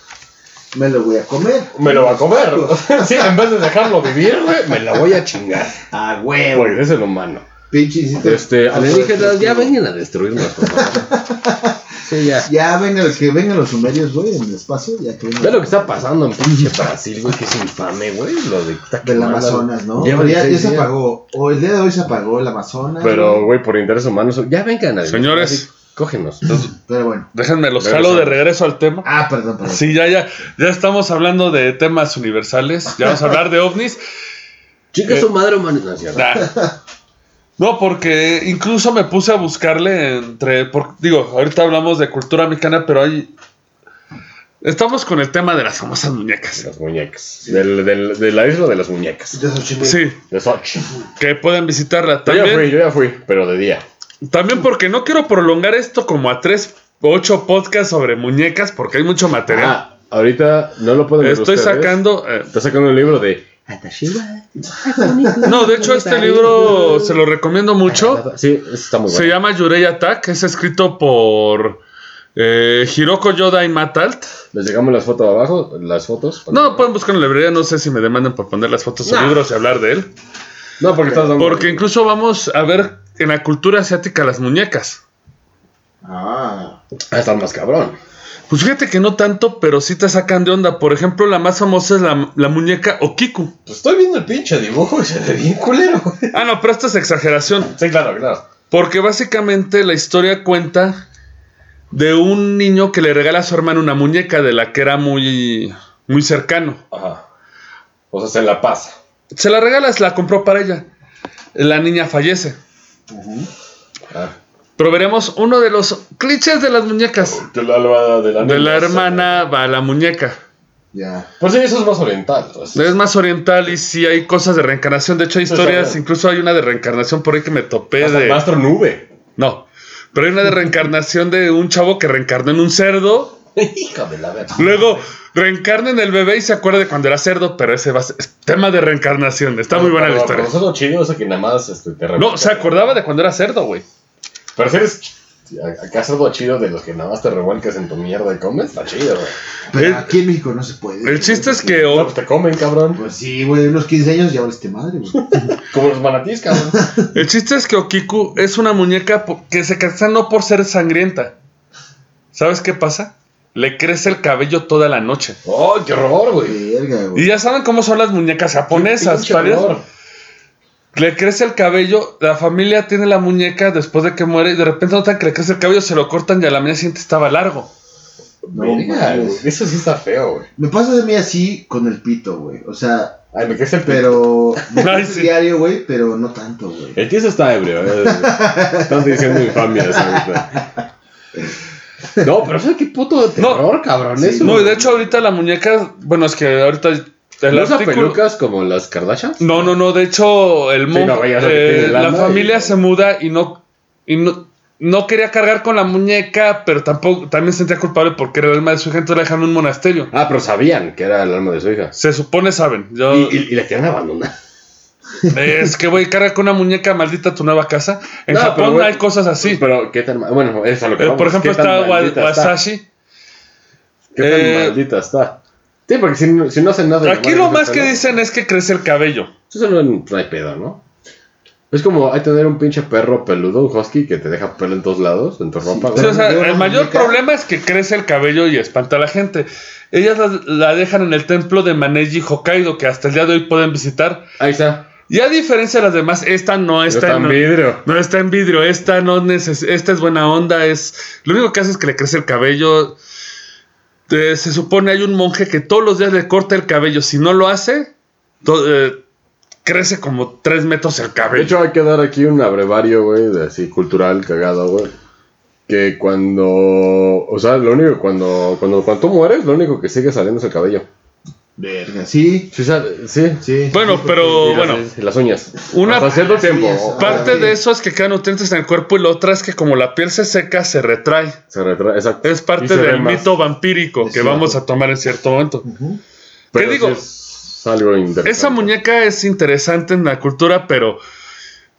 S4: Me lo voy a comer.
S3: Me lo va a comer. sí, en vez de dejarlo vivir, güey, me la voy a chingar.
S4: Ah, güey,
S3: Güey, es el humano.
S4: Pinche insisto.
S3: Este,
S4: Ah,
S3: alienígenas,
S4: güey,
S3: ya
S4: sí.
S3: vengan a destruirnos, por favor. Sí, ya.
S4: Ya vengan, que vengan los sumerios, güey, en el espacio. Ya que vengan.
S3: Ve lo que está pasando en pinche Brasil, güey, que es infame, güey. Lo de está
S4: Del
S3: quemando.
S4: Amazonas, ¿no?
S3: Llevan
S4: ya, ya
S3: seis
S4: se
S3: días.
S4: apagó. O el día de hoy se apagó el Amazonas.
S3: Pero, güey, por intereses humanos, ya vengan a
S2: Señores.
S3: Así, Cógenos.
S4: Pero bueno.
S2: Déjenme los jalo de regreso al tema.
S4: Ah, perdón, perdón.
S2: Sí, ya, ya. Ya estamos hablando de temas universales. Ya vamos a hablar de ovnis.
S3: Chica
S2: Eh,
S3: su madre humanidad. No,
S2: Nah. No, porque incluso me puse a buscarle entre. por- digo, ahorita hablamos de cultura mexicana, pero hay. Estamos con el tema de las famosas muñecas.
S3: Las muñecas. Del, del, de la isla de las muñecas.
S4: De Xochimilco.
S2: Sí,
S3: De Sochi.
S2: que pueden visitarla
S3: Yo ya fui,
S2: también.
S3: yo ya fui, pero de día.
S2: También porque no quiero prolongar esto como a tres, ocho podcasts sobre muñecas, porque hay mucho material.
S3: Ah, ahorita no lo pueden ver
S2: Estoy
S3: ustedes.
S2: sacando. eh,
S3: Está sacando un libro de.
S2: no, de hecho, este libro se lo recomiendo mucho.
S3: Sí, está muy
S2: Se
S3: bueno.
S2: llama Yurei Attack. Es escrito por eh, Hiroko Yoda y Matalt.
S3: Les dejamos las fotos abajo, las fotos.
S2: No, pueden buscar en la librería, no sé si me demandan por poner las fotos o libros y hablar de él.
S3: No, porque estás dando.
S2: Porque incluso vamos a ver en la cultura asiática las muñecas.
S4: Ah,
S3: Ah, estás más cabrón.
S2: Pues fíjate que no tanto, pero sí te sacan de onda. Por ejemplo, la más famosa es la, la muñeca Okiku.
S3: Pues estoy viendo el pinche dibujo y se ve bien culero.
S2: Ah, no, pero esta es exageración.
S3: Sí, claro, claro.
S2: Porque básicamente la historia cuenta de un niño que le regala a su hermano una muñeca de la que era muy, muy cercano.
S3: Ajá. O sea, se la pasa.
S2: Se la regalas, la compró para ella. La niña fallece.
S3: Ah.
S2: Pero veremos uno de los clichés de las muñecas.
S3: De la, la- de la,
S2: De la
S3: niña, sí.
S2: hermana va la muñeca.
S4: ya.
S3: Pues sí, eso es más oriental. o sea,
S2: Es más oriental y sí hay cosas de reencarnación. De hecho, hay
S3: Sí,
S2: historias,
S3: sí.
S2: incluso hay una de reencarnación por ahí que me topé
S3: hasta el
S2: de.
S3: Maestro Nube.
S2: No. Pero hay una de reencarnación de un chavo que reencarnó en un cerdo.
S3: Hija de la verga.
S2: Luego reencarna en el bebé y se acuerda de cuando era cerdo, pero ese va a ser- es tema de reencarnación. Está muy buena la
S3: Pero,
S2: historia.
S3: pero Eso es lo chido, eso que nada más este, te
S2: No,
S3: revientan.
S2: se acordaba de cuando era cerdo, güey.
S3: Pero si eres ch- a- acá es algo chido de los que nada más te revuelcas en tu mierda y comes, está chido, güey.
S4: Pero
S2: El-
S4: aquí en México no se puede.
S2: El chiste es que
S3: No,
S2: o-
S3: pues te comen, cabrón.
S4: Pues sí, güey, unos 15 años ya este madre, güey.
S3: Como los manatís, cabrón.
S2: el chiste es que Okiku es una muñeca po- que se casa no por ser sangrienta. ¿Sabes qué pasa? Le crece el cabello toda la noche.
S3: ¡Oh, qué horror, güey!
S4: Verga,
S2: Y
S4: güey.
S2: ya saben cómo son las muñecas japonesas,
S3: Pinche
S2: ¿vale?
S3: horror.
S2: Le crece el cabello, la familia tiene la muñeca después de que muere y de repente notan que le crece el cabello, se lo cortan y a la mañana siguiente estaba largo.
S4: No
S3: Verga,
S4: mames.
S3: güey, Eso sí está feo, güey.
S4: Me pasa de mí así con el pito, güey. O sea,
S3: Ay, me crece el pelo.
S4: pero. me
S2: Ay,
S4: pasa
S2: sí.
S4: diario, güey, pero no tanto, güey.
S3: El tío está ebrio. eh. Están diciendo infamias ahorita. No, pero eso qué puto terror, cabrón.
S4: Sí,
S3: eso.
S2: No, y de hecho ahorita la muñeca, bueno, es que ahorita el
S3: ¿No usa
S2: artículo-
S3: pelucas como las Kardashian?
S2: No, no, no, de hecho el
S3: Sí, no,
S2: mon-
S3: vaya, es lo que
S2: eh,
S3: tiene
S2: la
S3: lana
S2: familia
S3: y-
S2: se muda y no y no no quería cargar con la muñeca, pero tampoco también se sentía culpable porque era el alma de su gente, la dejaron en un monasterio.
S3: Ah, pero sabían que era el alma de su hija.
S2: Se supone saben. Yo,
S3: Y, y- y la querían abandonar.
S2: Es que voy carga con una muñeca maldita a tu nueva casa. En
S3: No, pero,
S2: Japón
S3: güey,
S2: hay cosas así.
S3: Pero qué tan. ma- Bueno, es a lo que.
S2: Eh,
S3: vamos,
S2: por ejemplo,
S3: ¿qué tan
S2: está Wa-
S3: maldita está?
S2: Wasashi.
S3: ¿Qué tan
S2: eh,
S3: maldita está? Sí, porque si, no- si no hacen nada.
S2: Aquí lo más que dicen es que crece el cabello.
S3: Eso no no hay pedo, ¿no? Es como hay tener un pinche perro peludo, un husky, que te deja pelo en todos lados, en tu ropa.
S2: Sí,
S3: güey.
S2: o sea,
S4: Yo
S2: el
S4: no
S2: mayor
S4: muñeca.
S2: problema es que crece el cabello y espanta a la gente. Ellas la, la dejan en el templo de Maneji Hokkaido, que hasta el día de hoy pueden visitar.
S3: Ahí está.
S2: Y a diferencia de las demás, esta no
S3: Está,
S2: está,
S3: en
S2: en,
S3: vidrio.
S2: no está en vidrio. Esta no neces- esta es buena onda. Es lo único que hace es que le crece el cabello. Eh, se supone hay un monje que todos los días le corta el cabello. Si no lo hace, to- eh, crece como tres metros el
S3: De
S2: cabello.
S3: hecho, hay que dar aquí un abrevario, güey, de así cultural cagado, güey. Que cuando. O sea, lo único, cuando, cuando, cuando tú mueres, lo único que sigue saliendo es el cabello.
S4: Verga, sí.
S3: Sí, sale- sí.
S4: Sí.
S2: Bueno,
S4: sí,
S2: pero
S3: Y las-
S2: Oh, bueno.
S3: y las uñas.
S2: Una-
S3: Hasta cierto tiempo.
S4: Sí, eso.
S2: Parte
S4: Ah, sí.
S2: de eso es que quedan nutrientes en el cuerpo y la otra es que como la piel se seca, se retrae.
S3: Se retrae, exacto.
S2: Es
S3: Y
S2: parte
S3: se ve
S2: del
S3: más.
S2: mito vampírico que
S4: cierto.
S2: vamos a tomar en cierto momento.
S4: Ujú.
S3: Pero
S2: ¿Qué digo?
S3: sí es algo interesante.
S2: Esa muñeca es interesante en la cultura, pero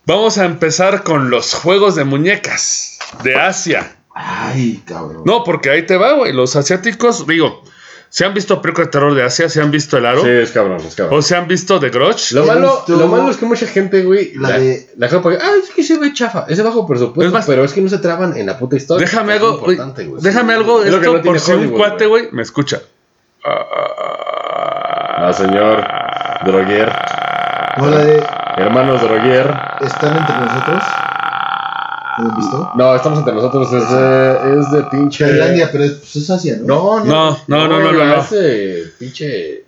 S2: vamos a empezar con los juegos de muñecas de Asia.
S4: Ay, cabrón.
S2: No, porque ahí te va, güey. Los asiáticos, digo, se han visto películas de terror de Asia, se han visto el aro,
S3: Sí, es cabrón, es cabrón.
S2: o se han visto The Grudge.
S3: Lo
S4: He
S3: malo,
S4: visto-
S3: lo malo es que mucha gente, güey,
S4: La
S3: la,
S4: de-
S3: la deja porque, ah, es que se ve chafa, es de bajo presupuesto,
S2: Es más-
S3: pero es que no se traban en la puta historia.
S2: Déjame
S3: Es
S2: algo, güey,
S3: importante, güey.
S2: déjame algo,
S3: Es lo que
S2: esto
S3: no tiene
S2: por si un
S3: Hollywood,
S2: cuate,
S3: güey.
S2: güey, me escucha.
S3: Ah, señor Droguier,
S4: No, la de.
S3: hermanos Droguier.
S4: ¿Están entre nosotros? ¿Lo han visto?
S3: No, estamos entre nosotros, es de, es de pinche...
S4: Tailandia, pero es, pues es Asia, ¿no?
S3: No,
S2: No, no, no, no, no, no.
S3: Es de pinche...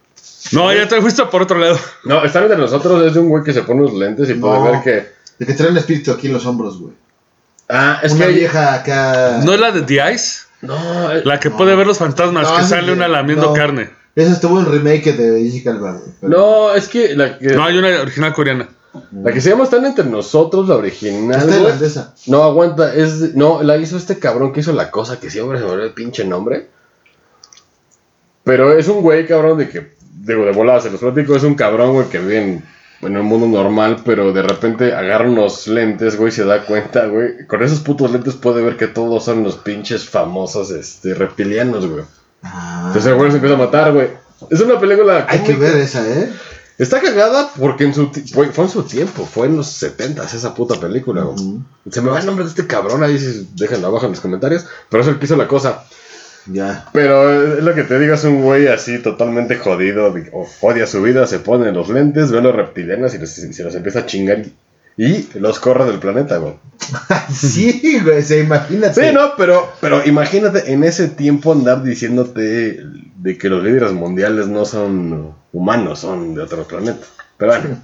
S2: No, ya te fuiste por otro lado.
S3: No, están entre nosotros, es de un güey que se pone unos lentes y
S4: No.
S3: puede ver que...
S4: De que traen espíritu aquí en los hombros, güey.
S3: Ah, es
S4: una
S3: que...
S4: vieja acá.
S2: ¿No es la de The Ice?
S3: No, eh, es-
S2: La que puede ver los fantasmas,
S4: No,
S2: que
S4: sí,
S2: sale
S4: sí.
S2: una lamiendo
S4: No.
S2: carne.
S4: Esa estuvo en remake de Jessica Alba, güey. pero-
S3: no, es que la que,
S2: No, hay una original coreana.
S3: la que se llama Están entre nosotros, la original,
S4: Es
S3: güey,
S4: tailandesa.
S3: No, aguanta, es. No, la hizo este cabrón que hizo la cosa que siempre se me olvidó el pinche nombre. Pero es un güey, cabrón, de que. Digo, de volada se los platico, es un cabrón, güey, que vive en, en un mundo normal, pero de repente agarra unos lentes, güey, y se da cuenta, güey. Con esos putos lentes puede ver que todos son los pinches famosos, este, reptilianos, güey.
S4: Ah,
S3: Entonces el güey se empieza a matar, güey. Es una película.
S4: hay que
S3: cómica.
S4: ver esa, ¿eh?
S3: Está cagada porque en su ti- fue, fue en su tiempo, fue en los 70 esa puta película. güey.
S4: Ujú.
S3: Se me va el nombre de este cabrón, ahí sí, déjenlo abajo en los comentarios, pero es el que hizo la cosa.
S4: Ya.
S3: Pero es lo que te digo, es un güey así totalmente jodido, de- o odia su vida, se pone los lentes, ve a los reptilianos y los- se los empieza a chingar y los corre del planeta, güey.
S4: sí, güey, se
S3: Sí,
S4: imagínate.
S3: no, pero, pero imagínate en ese tiempo andar diciéndote de que los líderes mundiales no son humanos, son de otro planeta. Pero bueno.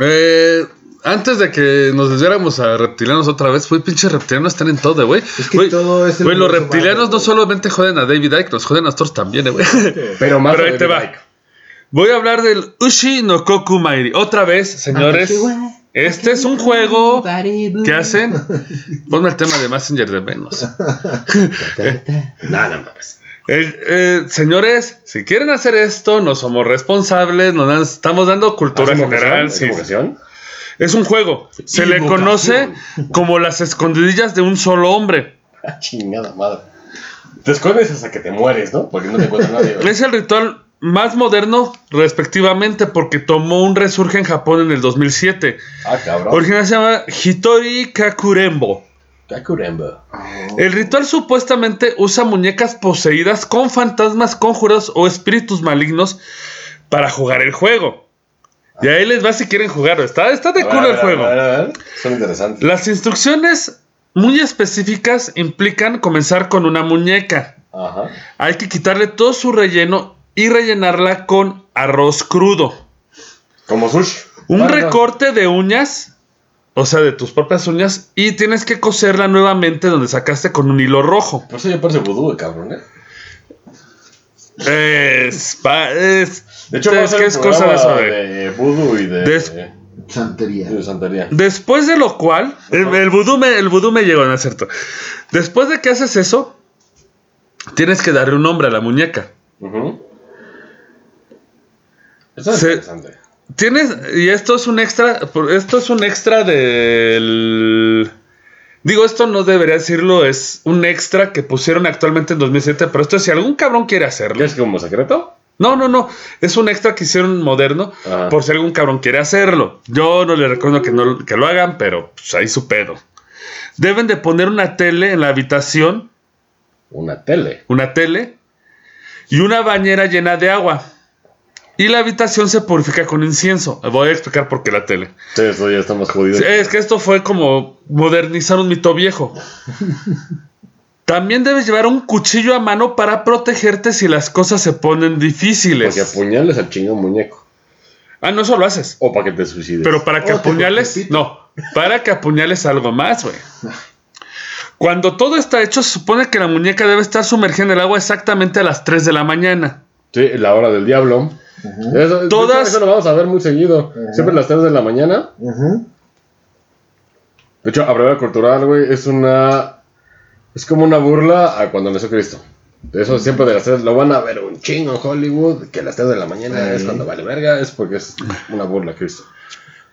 S2: Eh, antes de que nos desviáramos a reptilianos otra vez, fue pinche reptilianos están en todo, güey.
S4: Es que
S2: Güey,
S4: todo es el
S2: güey, los
S4: universo
S2: reptilianos
S4: Marvel,
S2: no
S4: güey.
S2: solamente joden a David Icke, nos joden a nosotros también, eh, güey.
S3: Pero más
S2: Pero ahí te va.
S3: Mike.
S2: Voy a hablar del Ushi no Koku Mairi. Otra vez,
S4: Ah,
S2: señores. Este es un juego que hacen. Ponme el tema de Messenger de menos.
S3: No, no mames.
S2: Eh, eh, señores, si quieren hacer esto, no somos responsables, nos dan- estamos dando cultura
S3: ¿Hace
S2: general.
S3: vocación?
S2: sí.
S3: ¿Hace vocación?
S2: Es un juego. Se le
S3: Invocación.
S2: conoce como las escondidillas de un solo hombre.
S3: Ah, chingada madre. Te escondes hasta que te mueres, ¿no? Porque no te encuentra nadie. güey.
S2: Es el ritual más moderno, respectivamente, porque tomó un resurge en Japón en el 2007.
S3: ah, cabrón.
S2: Original se llama Hitori Kakurembo.
S3: Kakurembo.
S2: El ritual supuestamente usa muñecas poseídas con fantasmas, conjuros o espíritus malignos para jugar el juego. Y ahí les va si quieren jugar. Está, está de
S3: A ver,
S2: culo
S3: a
S2: el
S3: ver,
S2: juego.
S3: a ver, a ver. Son interesantes.
S2: Las instrucciones muy específicas implican comenzar con una muñeca.
S3: Ajá.
S2: Hay que quitarle todo su relleno y rellenarla con arroz crudo.
S3: Como sushi.
S2: Un
S3: Bueno,
S2: recorte de uñas, o sea, de tus propias uñas, y tienes que coserla nuevamente donde sacaste con un hilo rojo.
S3: Por eso ya parece vudú, eh, cabrón, ¿eh?
S2: Es, pa- es-
S3: De hecho,
S2: es
S3: va a ser
S2: que
S3: un
S2: es cosa de
S3: programa
S2: saber.
S3: de vudú y de,
S2: Des-
S4: Santería.
S3: de santería.
S2: Después de lo cual, el, el vudú me, el vudú me llegó, ¿no es cierto? Después de que haces eso, tienes que darle un nombre a la muñeca.
S3: Ujú. Eso es
S2: Se-
S3: interesante.
S2: Tienes, y esto es un extra, por- esto es un extra del... Digo, esto no debería decirlo, es un extra que pusieron actualmente en 2007, pero esto si algún cabrón quiere
S3: ¿Qué
S2: hacerlo.
S3: es como secreto?
S2: No, no, no, es un extra que hicieron moderno
S3: Ajá.
S2: por si algún cabrón quiere hacerlo. Yo no le recomiendo que, no, que lo hagan, pero pues, ahí su pedo. Deben de poner una tele en la habitación,
S3: Una tele.
S2: una tele y una bañera llena de agua. Y la habitación se purifica con incienso. Voy a explicar por qué la tele.
S3: Sí, eso ya está más jodido.
S2: Sí, Es que esto fue como modernizar un mito viejo. También debes llevar un cuchillo a mano para protegerte si las cosas se ponen
S3: Para que
S2: difíciles.
S3: apuñales al chingo muñeco.
S2: Ah, no, eso lo haces.
S3: O para que te suicides.
S2: Pero para que
S4: Oh, te
S2: apuñales,
S4: repito.
S2: no, para que apuñales algo más, güey. Cuando todo está hecho, se supone que la muñeca debe estar sumergida en el agua exactamente a las 3 de la mañana.
S3: Sí, la hora del diablo.
S2: Todas-
S3: eso, Todas. Eso lo vamos a ver muy seguido. Siempre a las 3 de la mañana.
S4: Ujú.
S3: De hecho, Abrevia Cultural, güey, es una. Es como una burla a cuando nació Cristo. Eso siempre de las 3 lo van a ver un chingo en Hollywood. Que a las 3 de la mañana
S4: Sí.
S3: es cuando vale verga. Es porque es una burla a Cristo.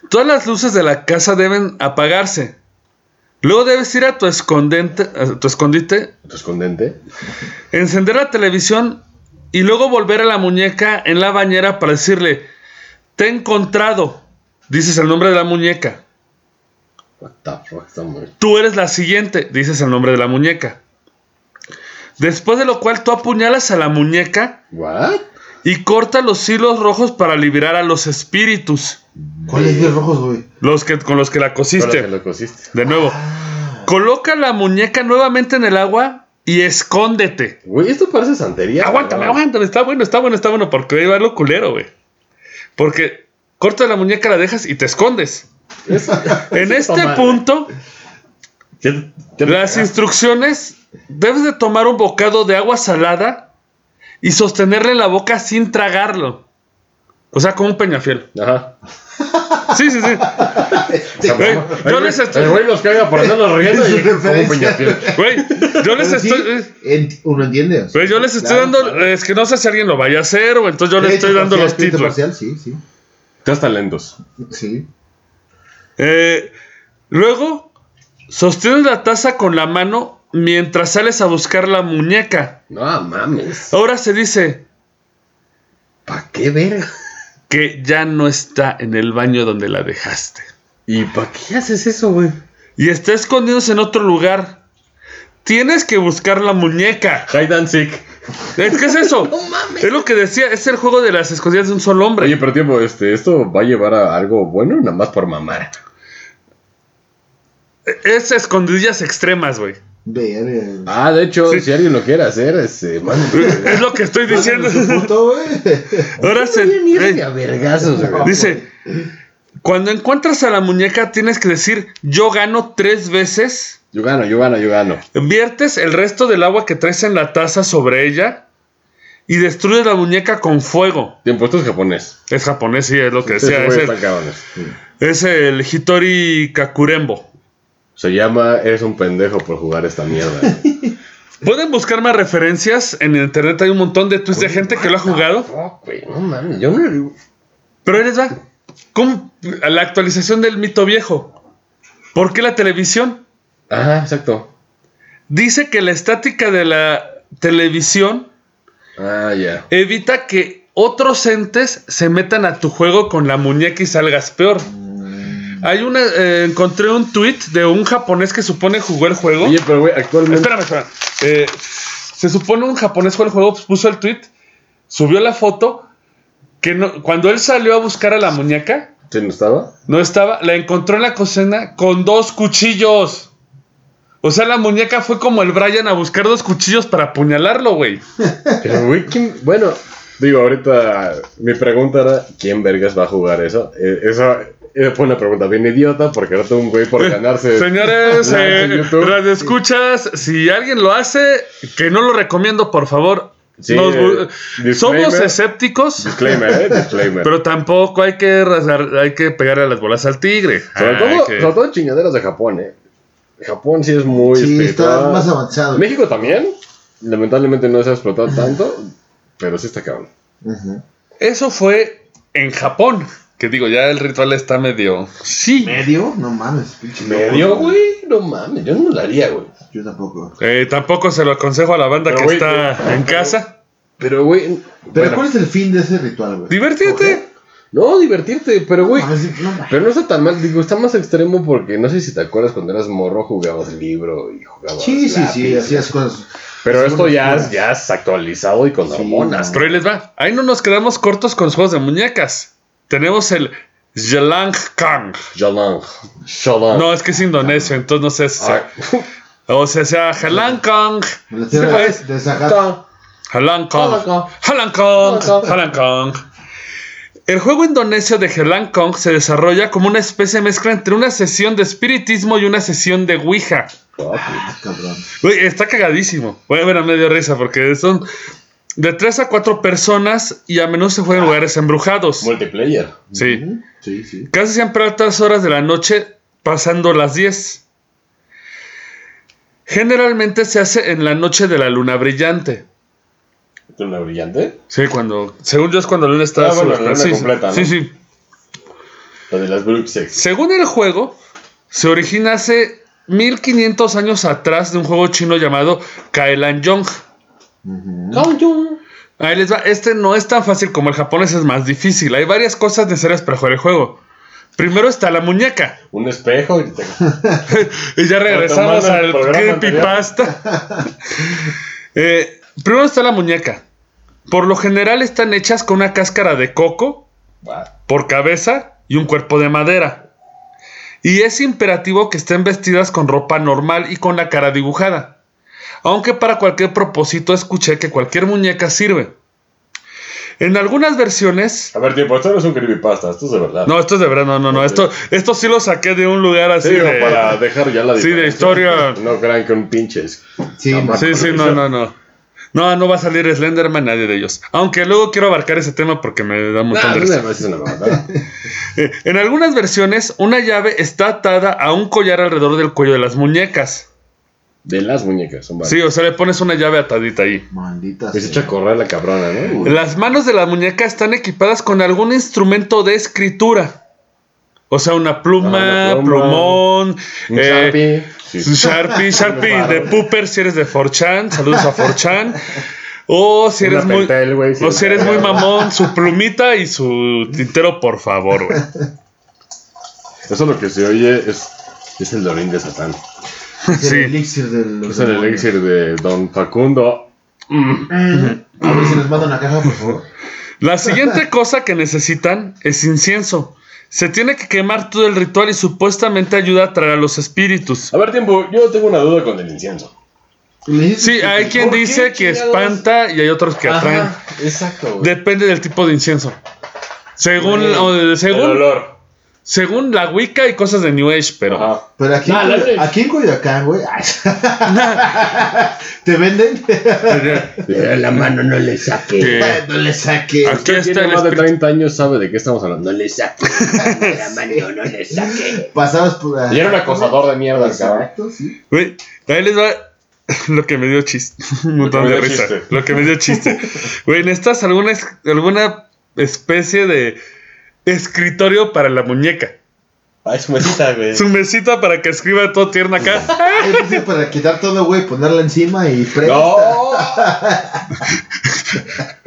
S2: Todas las luces de la casa deben apagarse. Luego debes ir a tu escondente, a tu escondite
S3: Tu escondente.
S2: encender la televisión y luego volver a la muñeca en la bañera para decirle, te he encontrado, dices el nombre de la muñeca,
S3: What the fuck, está muy-
S2: tú eres la siguiente, dices el nombre de la muñeca. Después de lo cual tú apuñalas a la muñeca
S3: ¿What?
S2: y cortas los hilos rojos para liberar a los espíritus,
S4: ¿Cuáles 10 rojos, güey?
S2: los que, con los que la Ah.
S3: Con la que
S2: cosiste.
S3: lo cosiste.
S2: De nuevo, coloca la muñeca nuevamente en el agua y escóndete. Ah.
S3: Güey, esto parece santería.
S2: Aguántame,
S3: cabrón.
S2: aguántame, está bueno, está bueno, está bueno, porque ahí va lo culero, güey. Porque cortas la muñeca, la dejas y te escondes. En este
S3: toma,
S2: punto,
S3: Ya- ya-
S2: las instrucciones, debes de tomar un bocado de agua salada y sostenerle en la boca sin tragarlo. O sea, como un peñafiel.
S3: Ajá.
S2: Sí, sí, sí. Güey, yo les estoy...
S3: El güey los caga por andarnos riendo
S4: Es
S3: y
S4: su
S3: como
S4: referencia.
S3: Peñafiel.
S2: Güey, yo les
S4: Pero sí,
S2: estoy... eh,
S4: ent- uno entiende. o sea,
S2: güey, yo les estoy
S4: claro,
S2: dando...
S4: claro.
S2: Es que no sé si alguien lo vaya a hacer o entonces yo les
S4: Derecho
S2: estoy dando
S4: parcial,
S2: los
S4: escrito
S2: títulos.
S4: parcial, sí, sí.
S3: Tres talentos.
S4: Sí.
S2: Eh, luego, sostienes la taza con la mano mientras sales a buscar la muñeca.
S3: No mames.
S2: Ahora se dice
S3: ¿Para qué verga?
S2: que ya no está en el baño donde la dejaste.
S3: ¿Y para qué haces eso, güey?
S2: Y está escondiéndose en otro lugar. Tienes que buscar la muñeca.
S3: Hide and seek.
S2: ¿Es ¿Qué es eso? Es lo que decía, es el juego de las escondidas de un solo hombre.
S3: Oye, pero tiempo, este, ¿esto va a llevar a algo bueno? Nada más por mamar.
S2: Es escondidillas extremas, güey.
S4: Ver.
S3: Ah, de hecho,
S2: Sí.
S3: si alguien lo quiere hacer, este, mándenme.
S2: Ah, Es lo que estoy diciendo.
S4: Puto, güey.
S2: Ahora se... eh,
S3: a vergazos, güey.
S2: Dice, cuando encuentras a la muñeca tienes que decir, yo gano tres veces,
S3: Yo gano, yo gano, yo gano.
S2: viertes el resto del agua que traes en la taza sobre ella y destruyes la muñeca con fuego.
S3: Tiempo, esto es japonés.
S2: Es japonés, sí, es lo que decía. Es
S3: Estos güeyes están
S2: el,
S3: cabrones.
S2: es el Hitori Kakurembo.
S3: Se llama Eres un pendejo por jugar esta mierda.
S2: Pueden buscar más referencias en internet, hay un montón de tweets de gente que lo ha jugado.
S3: Ah, Fuck, güey, no mames. Yo no.
S2: Pero ahí les va. ¿Cómo- a la actualización del mito viejo. ¿Por qué la televisión?
S3: Ajá, exacto.
S2: Dice que la estática de la televisión
S3: Ah, ya.
S2: evita que otros entes se metan a tu juego con la muñeca y salgas peor. Hay una, eh, encontré un tweet de un japonés que supone jugó el juego.
S3: Oye, pero güey, actualmente.
S2: espérame, espérame. Eh, se supone un japonés jugó el juego, pues, puso el tweet, subió la foto que no- cuando él salió a buscar a la muñeca,
S3: ¿Sí no estaba?
S2: no estaba, la encontró en la cocina con dos cuchillos. O sea, la muñeca fue como el Brian a buscar dos cuchillos para apuñalarlo, güey.
S3: Pero, güey, ¿quién- Bueno, digo, ahorita mi pregunta era: ¿quién vergas va a jugar eso? Eh, eso eh, fue una pregunta bien idiota porque ahora un güey por ganarse.
S2: Señores,
S3: likes en
S2: eh,
S3: YouTube.
S2: escuchas, si alguien lo hace, que no lo recomiendo, por favor.
S3: Sí,
S2: Nos bu-
S3: eh, disclaimer.
S2: somos escépticos,
S3: Disclaimer, eh, disclaimer.
S2: pero tampoco hay que rasgar- hay que pegarle las bolas al tigre.
S3: sobre,
S2: Ah,
S3: todo,
S2: que-
S3: sobre todo chingaderas de Japón, eh. Japón sí es muy.
S4: Sí, está
S3: espiritual.
S4: más avanzado.
S3: México también. Lamentablemente no se ha explotado tanto, pero sí está cabrón.
S4: Ujú.
S2: Eso fue en Japón. Que digo, ya el ritual está medio. Sí.
S4: ¿Medio? No mames, pinche.
S3: Medio, güey, no mames, yo no lo haría, güey.
S4: Yo tampoco.
S2: Eh, tampoco se lo aconsejo a la banda
S3: Pero,
S2: que
S3: güey,
S2: está
S3: pero-
S2: en casa.
S3: Pero, güey,
S4: Pero
S3: bueno,
S4: ¿cuál es el fin de ese ritual, güey?
S2: Diviértete.
S3: no, divertirte, pero, güey.
S4: A ver si- no, mames.
S3: Pero no está tan mal, digo, está más extremo porque no sé si te acuerdas cuando eras morro jugabas libro y jugabas.
S4: Sí, sí, sí,
S3: lápiz.
S4: hacías cosas.
S3: Pero
S4: hacías
S3: esto
S4: unas
S3: ya, es-
S4: cosas.
S3: ya es actualizado y con
S4: Sí,
S3: hormonas.
S4: no.
S2: Pero ahí les va. Ahí no nos quedamos cortos con los juegos de muñecas. Tenemos el Jelang Kang.
S3: Shalang. Shalang.
S2: No, es que es indonesio, entonces no sé si
S3: Ah,
S2: sea. O sea, sea Jelang Kang.
S4: Me la tierra
S2: Sí, pues.
S4: de Sahara.
S3: Ah,
S2: Jelang
S3: Jelang Kang.
S2: Kang. Jelang Kang.
S3: Jelang Kang.
S2: Jelang Kang. El juego indonesio de Jelang Kong se desarrolla como una especie de mezcla entre una sesión de espiritismo y una sesión de Ouija.
S3: papi.
S4: Ah, cabrón.
S2: Güey, está cagadísimo. Bueno, bueno, me dio risa porque son de 3 a 4 personas y a menudo se juegan en lugares embrujados.
S3: Multiplayer.
S2: Sí.
S4: Ujú. Sí, sí.
S2: Casi siempre a altas horas de la noche, pasando las 10. Generalmente se hace en la noche de la luna brillante.
S3: ¿Tú una brillante?
S2: Sí, cuando, según yo es cuando la luna está
S3: Ah, bueno, la
S2: sobre-
S3: luna
S2: sí, sí.
S3: completa, ¿no?
S2: sí, sí.
S3: La de las Bruxelles.
S2: Según el juego, se origina hace 1500 años atrás de un juego chino llamado Kaelan Yong.
S4: Mm.
S2: Ahí les va. Este no es tan fácil como el japonés, es más difícil. Hay varias cosas necesarias para jugar el juego. Primero está la muñeca.
S3: Un espejo y te...
S2: Y ya regresamos
S3: Retomando el
S2: al
S3: programa
S2: creepypasta. Eh, primero está la muñeca. Por lo general están hechas con una cáscara de coco
S3: Va.
S2: por cabeza y un cuerpo de madera. Y es imperativo que estén vestidas con ropa normal y con la cara dibujada. Aunque para cualquier propósito escuché que cualquier muñeca sirve. En algunas versiones...
S3: A ver, tiempo, esto no es un creepypasta, esto es de verdad.
S2: No, esto es de verdad, no, no, no. Esto, esto sí lo saqué de un lugar así
S3: Sí, digo,
S2: de-
S3: para dejar ya la
S2: sí, de
S3: diferencia.
S2: historia.
S3: No crean que un pinches.
S4: Sí,
S3: Ah,
S4: ma-
S2: Sí, sí, no, no, no. No, no va a salir Slenderman nadie de ellos. Aunque luego quiero abarcar ese tema porque me da un montón
S3: Nah,
S2: de
S3: no,
S2: risa.
S3: no, es una mamada.
S2: Eh, En algunas versiones, una llave está atada a un collar alrededor del cuello de las muñecas.
S3: De las muñecas, son varias.
S2: Sí, o sea, le pones una llave atadita ahí.
S4: Maldita
S3: Y se echa
S4: sea.
S3: a correr la cabrona, ¿no?
S2: Las manos de la muñeca están equipadas con algún instrumento de escritura. O sea, una pluma,
S3: Ah, una pluma.
S2: plumón,
S3: Un
S2: eh,
S3: Sharpie.
S2: Un Sharpie, Sharpie de Pooper si eres de 4chan, saludos a 4chan. O si
S3: Una
S2: eres muy
S3: Pentel, güey, si
S2: o
S3: eres
S2: si eres muy
S3: pendejo.
S2: mamón, su plumita y su tintero, por favor, güey.
S3: Eso lo que se oye es, es el Dorín de Satán.
S4: Es
S2: Sí.
S4: el elixir del. Eh,
S3: Es el elixir de Don Facundo.
S4: A ver si nos manda una caja, por favor.
S2: La siguiente cosa que necesitan es incienso. Se tiene que quemar todo el ritual y supuestamente ayuda a atraer a los espíritus.
S3: A ver, tiempo, yo tengo una duda con el incienso.
S4: Le dices
S2: Sí,
S4: que-
S2: hay quien
S3: ¿Por qué
S2: dice que
S3: chingados?
S2: espanta y hay otros que atraen.
S3: Ajá, exacto, güey.
S2: Depende del tipo de incienso. Según,
S3: Sí.
S2: o-
S3: El
S2: según,
S3: olor.
S2: según la Wicca y cosas de New Age, pero.
S3: Ajá.
S4: Pero aquí, en
S3: Ah, la-
S4: Coyo- aquí en Coyoacán, güey. ay, ¿Te venden?
S3: Pero la mano no le saque.
S2: Eh,
S4: Bueno, no le saque.
S2: Aquí
S3: Usted
S2: está
S3: tiene
S2: el
S3: más de
S2: espíritu.
S3: 30 años sabe de qué estamos hablando.
S6: No le saque. La mano no le saque.
S4: Pasabas por.
S3: Y era un acosador de mierda, el cabrón.
S4: Exacto, sí.
S2: Güey, ahí les va lo que me dio chiste. Un montón
S3: me
S2: de
S3: dio
S2: risa.
S3: chiste.
S2: Lo que me dio chiste. Güey, necesitas alguna, es- alguna especie de escritorio para la muñeca.
S3: Ay, su Ah, mesita, güey.
S2: Su mesita para que escriba todo tierna acá.
S4: Ay, dice para quitar todo, güey, ponerla encima y presta.
S3: ¡No!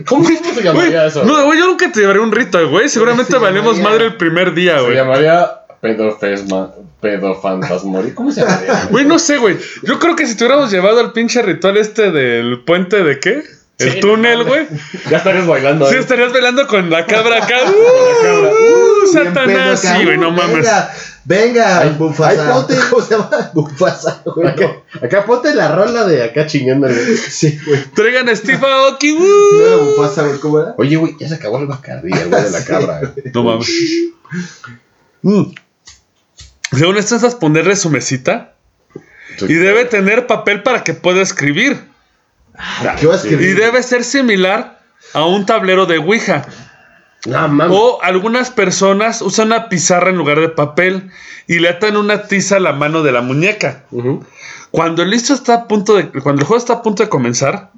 S3: ¿Cómo se
S2: Güey,
S3: llamaría eso?
S2: no, güey, yo nunca te llevaré un rito, güey. Seguramente
S4: Se
S2: valemos
S4: llamaría-
S2: madre el primer día,
S3: se
S2: güey.
S3: llamaría pedofesma, pedofantasmori. ¿Cómo se llamaría?
S2: Güey, no sé, güey. Yo creo que si te hubiéramos llevado al pinche ritual este del puente de qué? el
S3: Sí,
S2: túnel, güey.
S3: Ya estarías bailando.
S2: Sí,
S3: ¿eh?
S2: estarías bailando con la cabra acá. ¡Uh,
S3: cabra.
S2: uh,
S4: Bien pedo
S2: Satanás!
S4: acá.
S2: Sí, güey, no mames.
S4: Venga, venga,
S3: Ay,
S4: Bufasa.
S3: ay, ponte.
S4: ¿Cómo se llama? Bufasa, güey.
S3: Acá, acá ponte la rola de acá chingando. güey.
S4: Sí, güey.
S2: Traigan a Steve Aoki. ¡uh!
S4: No era Bufasa, güey. ¿Cómo era?
S3: Oye, güey, ya se acabó el bacardí, el güey de la
S4: Sí.
S3: cabra. güey.
S2: No mames. Mm. Según esto, necesitas ponerle su mesita. Y debe tener papel para que pueda escribir.
S4: ¿Qué vas a
S2: Y
S4: escribir?
S2: debe ser similar a un tablero de Ouija.
S3: No mames.
S2: O algunas personas usan una pizarra en lugar de papel y le atan una tiza a la mano de la muñeca.
S3: Ujú.
S2: Cuando el listo está a punto de. Cuando el juego está a punto de comenzar,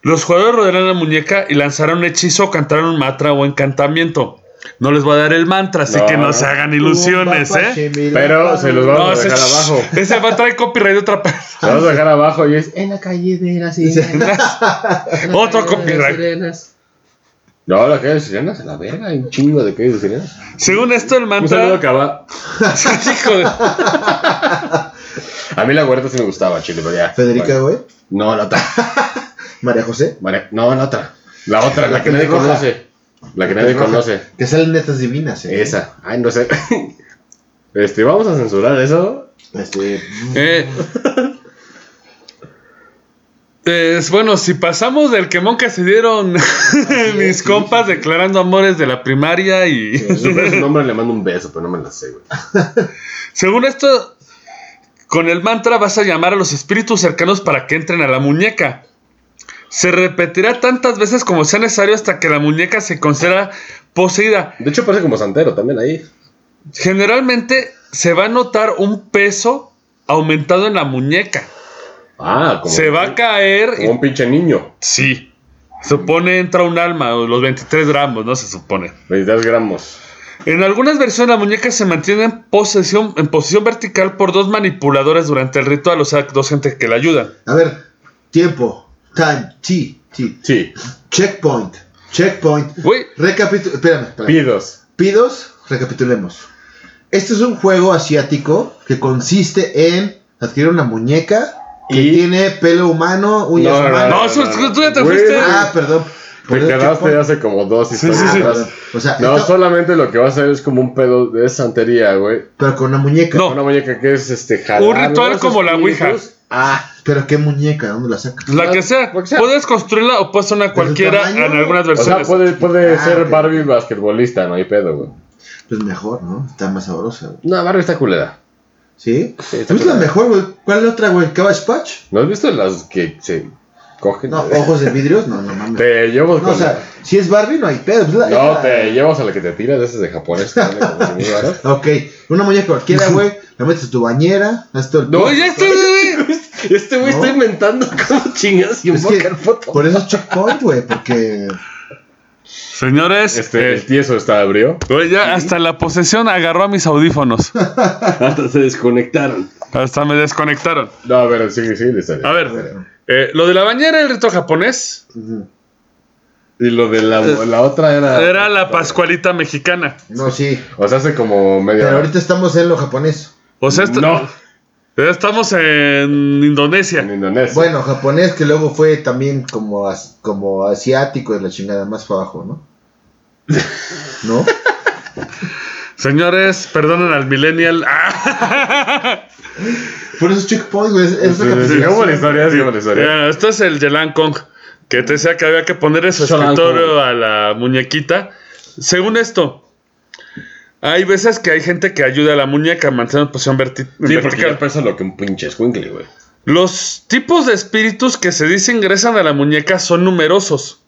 S2: los jugadores rodearán la muñeca y lanzarán un hechizo o cantarán un mantra o encantamiento. No les voy a dar el mantra, así
S3: No,
S2: que no
S3: no.
S2: se hagan ilusiones, ¿eh?
S3: Pero se los
S2: No,
S3: vamos a
S2: ese,
S3: dejar abajo.
S2: ese va a traer copyright de otra parte.
S3: Se los vamos a dejar abajo y es en la calle de las sirenas.
S2: Otro
S3: copyright.
S2: copyright.
S3: No, la calle de las sirenas, a la verga, hay un chingo de calles de sirenas.
S2: Según esto, el
S3: Un saludo
S2: mantra.
S3: acaba.
S2: Hijo de-
S3: A mí la huerta sí me gustaba, chile, pero ya.
S4: Federica, güey.
S3: No, la otra.
S4: María José.
S3: Vale, No, la otra. La otra, la, que nadie
S4: pelirroja.
S3: conoce. La que nadie
S4: Roja,
S3: conoce.
S4: Que salen netas divinas, ¿eh?
S3: Esa. Ay, no sé. Este, vamos a censurar eso.
S4: Este,
S2: Eh, es pues, bueno, si pasamos del quemón que se dieron mis compas declarando amores de la primaria y...
S3: Super su nombre, le mando un beso, pero no me la sé, güey.
S2: Según esto, con el mantra vas a llamar a los espíritus cercanos para que entren a la muñeca. Se repetirá tantas veces como sea necesario hasta que la muñeca se considera poseída.
S3: De hecho, parece como santero también ahí.
S2: Generalmente se va a notar un peso aumentado en la muñeca.
S3: Ah, como.
S2: Se va a caer y
S3: Como un pinche niño.
S2: Sí. Supone entra un alma, o los 23 gramos, ¿no? Se supone.
S3: 23 gramos.
S2: En algunas versiones la muñeca se mantiene en, posesión, en posición vertical por dos manipuladores durante el ritual, o sea, dos gente que la ayudan.
S4: a ver, tiempo. Time. T. T.
S3: Sí.
S4: Checkpoint. Checkpoint.
S2: Güey,
S4: Recapitu... Espérame, espérame.
S3: Pidos.
S4: Pidos, recapitulemos. Este es un juego asiático que consiste en adquirir una muñeca que
S3: Y-
S4: tiene pelo humano, uñas
S3: No, no,
S4: humanas.
S2: no, eso es- tú ya te
S3: Güey,
S2: fuiste.
S4: Ah, perdón.
S3: Pues Te
S4: Perdón,
S3: quedaste
S4: checkpoint. Ah,
S3: hace como dos
S2: Sí,
S3: historias
S2: sí, sí.
S3: atrás.
S4: O sea,
S3: No,
S4: esto-
S3: solamente lo que va a hacer es como un pedo de santería, güey.
S4: pero con una muñeca.
S2: No.
S3: Una muñeca que es este jalar
S2: Un ritual
S3: los
S2: como la Ouija.
S3: espíritus. Ah,
S4: Pero qué muñeca, ¿dónde la sacas?
S2: la que sea,
S3: Lo que sea.
S2: puedes construirla o puedes hacer una cualquiera
S4: tamaño?
S2: en algunas
S3: o sea,
S2: versiones.
S3: puede, puede
S4: Ah,
S3: ser
S4: ok.
S3: Barbie basquetbolista, no hay pedo, güey.
S4: Pues mejor, ¿no? Está más sabrosa, güey.
S3: No, Barbie está culera.
S4: ¿Sí?
S3: Sí, está
S4: Pues la
S3: claro.
S4: mejor, güey. ¿Cuál es la otra, güey? ¿Cabbage Patch?
S3: ¿No has visto las que se cogen?
S4: No, ojos de vidrios. No, no mames.
S3: Te llevas
S4: No, o
S3: con-
S4: sea, si es Barbie, no hay pedo. Pues la-
S3: No,
S4: la-
S3: te llevas a la que te tiras de esas de japonés. que vale como mil varos.
S4: Ok, una muñeca cualquiera, güey. La metes en tu bañera. Haz todo el
S3: No,
S2: Oye, este, güey,
S3: este güey
S4: No.
S3: está inventando cómo chingas y
S4: Es que,
S3: invocar foto.
S4: Por eso es checkpoint, güey, porque.
S2: Señores,
S3: Este,
S2: eh,
S3: el tieso está abrió.
S2: güey, ya hasta la posesión agarró a mis audífonos.
S7: Hasta se desconectaron.
S2: hasta me desconectaron.
S3: No, a ver, sigue, sigue la historia.
S2: A ver, eh, lo de la bañera, el rito japonés,
S3: Y lo de la, la otra era.
S2: era la pascualita mexicana.
S4: No, sí.
S3: O sea, hace como media.
S4: Pero
S3: hora.
S4: ahorita estamos en lo japonés.
S2: O sea, esta-
S3: No,
S2: Ya Pues Estamos en
S3: en
S2: Indonesia.
S3: Indonesia.
S4: Bueno, japonés que luego fue también como, as- como asiático de la chingada, más para abajo, ¿no? ¿No?
S2: Señores, perdonen al millennial. Ah,
S4: Por eso es checkpoint, güey. Es, es
S3: Sigamos la
S4: recapitulación.
S3: historia, sigamos la historia.
S2: bueno, esto es el Yelan Kong, que te decía que había que poner su
S7: Yelan
S2: escritorio a la muñequita. Según esto, hay veces que hay gente que ayuda a la muñeca a mantener una posición verti-
S3: Sí, porque
S2: vertical.
S3: ya pesa lo que un pinche escuincle, güey.
S2: Los tipos de espíritus que se dice ingresan a la muñeca son numerosos.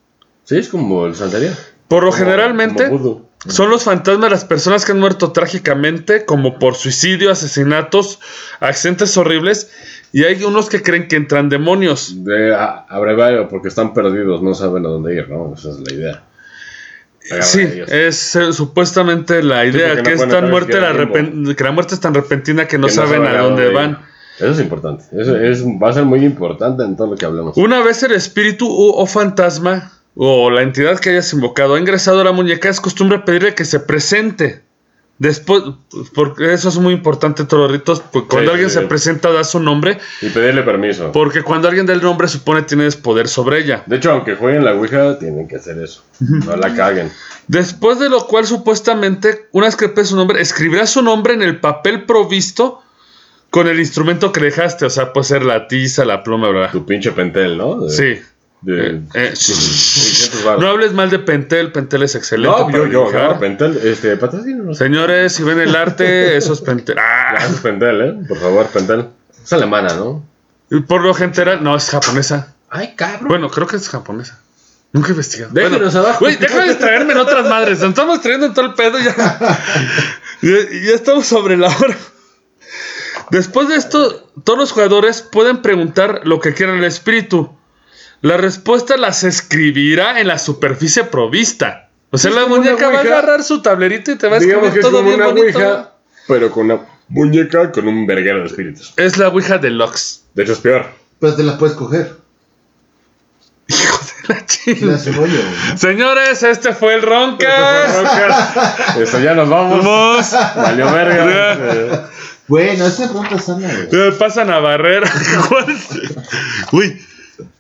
S3: Sí, es como el santería.
S2: Por lo
S3: Como-
S2: generalmente,
S3: como vudú.
S2: Son los fantasmas de las personas que han muerto trágicamente, como por suicidio, asesinatos, accidentes horribles, y hay unos que creen que entran demonios.
S3: De a- abreviado, porque están perdidos, no saben a dónde ir, ¿no? Esa es la idea. Agarra
S2: sí,
S3: a ellos.
S2: es eh, supuestamente la idea,
S3: porque no
S2: que, es
S3: pueden
S2: tan
S3: entrar
S2: muerte la
S3: siquiera al
S2: repen- que la muerte es tan repentina que no
S3: Que
S2: saben a dónde
S3: ir.
S2: van.
S3: Eso es importante. Eso es, va a ser muy importante en todo lo que hablemos.
S2: Una vez el espíritu o, o fantasma o la entidad que hayas invocado ha ingresado a la muñeca, es costumbre pedirle que se presente Después, porque eso es muy importante, todos los ritos. porque Cuando
S3: Sí,
S2: alguien
S3: sí,
S2: se
S3: sí.
S2: presenta, da su nombre.
S3: Y pedirle permiso.
S2: Porque cuando alguien da el nombre, supone tienes poder sobre ella.
S3: De hecho, aunque jueguen la Ouija, tienen que hacer eso. No la caguen.
S2: Después de lo cual, supuestamente, una vez que pese su nombre, escribirá su nombre en el papel provisto con el instrumento que le dejaste. O sea, puede ser la tiza, la pluma, bla. bla.
S3: Tu pinche pentel, ¿no? De-
S2: Sí.
S3: de-
S2: Eh, eh, shh.
S3: 600 varos.
S2: no hables mal de Pentel, Pentel es excelente.
S3: No,
S2: para
S3: yo, yo,
S2: dibujar.
S3: no, pentel, este, patrocínanos.
S2: Señores, si ven el arte, eso es Pentel.
S3: Ah,
S2: ¡Ah!
S3: es pentel, ¿eh? Por favor, pentel. Es alemana, ¿no?
S2: Y Por lo general, no, es japonesa.
S3: Ay, cabrón.
S2: Bueno, creo que es japonesa. Nunca he investigado.
S3: Déjenos
S2: Bueno,
S3: abajo.
S2: Güey, deja de distraerme en otras madres. Nos estamos trayendo en todo el pedo y ya. y- y ya estamos sobre la hora. Después de esto, todos los jugadores pueden preguntar lo que quieran al espíritu. La respuesta las escribirá en la superficie provista. O sea,
S3: Es
S2: la
S3: como una
S2: muñeca va a
S3: ouija.
S2: agarrar su tablerito y te va a
S3: Digamos que
S2: escribir
S3: es
S2: todo
S3: como
S2: bien
S3: una
S2: bonito.
S3: ouija, pero con una muñeca con un verguero de espíritus.
S2: Es la ouija de Lux.
S3: De hecho, es peor.
S4: Pero pues, te la puedes coger.
S2: Hijo de la
S4: Te
S2: chingada.
S4: das un rollo, güey.
S2: Señores, este fue el
S3: Este
S2: Roncas.
S3: Eso, ya nos vamos.
S2: Vamos.
S3: Valió verga.
S4: Bueno, esa ronda sana, güey.
S2: Eh, Pasan a barrera. ¿Cuál? Uy.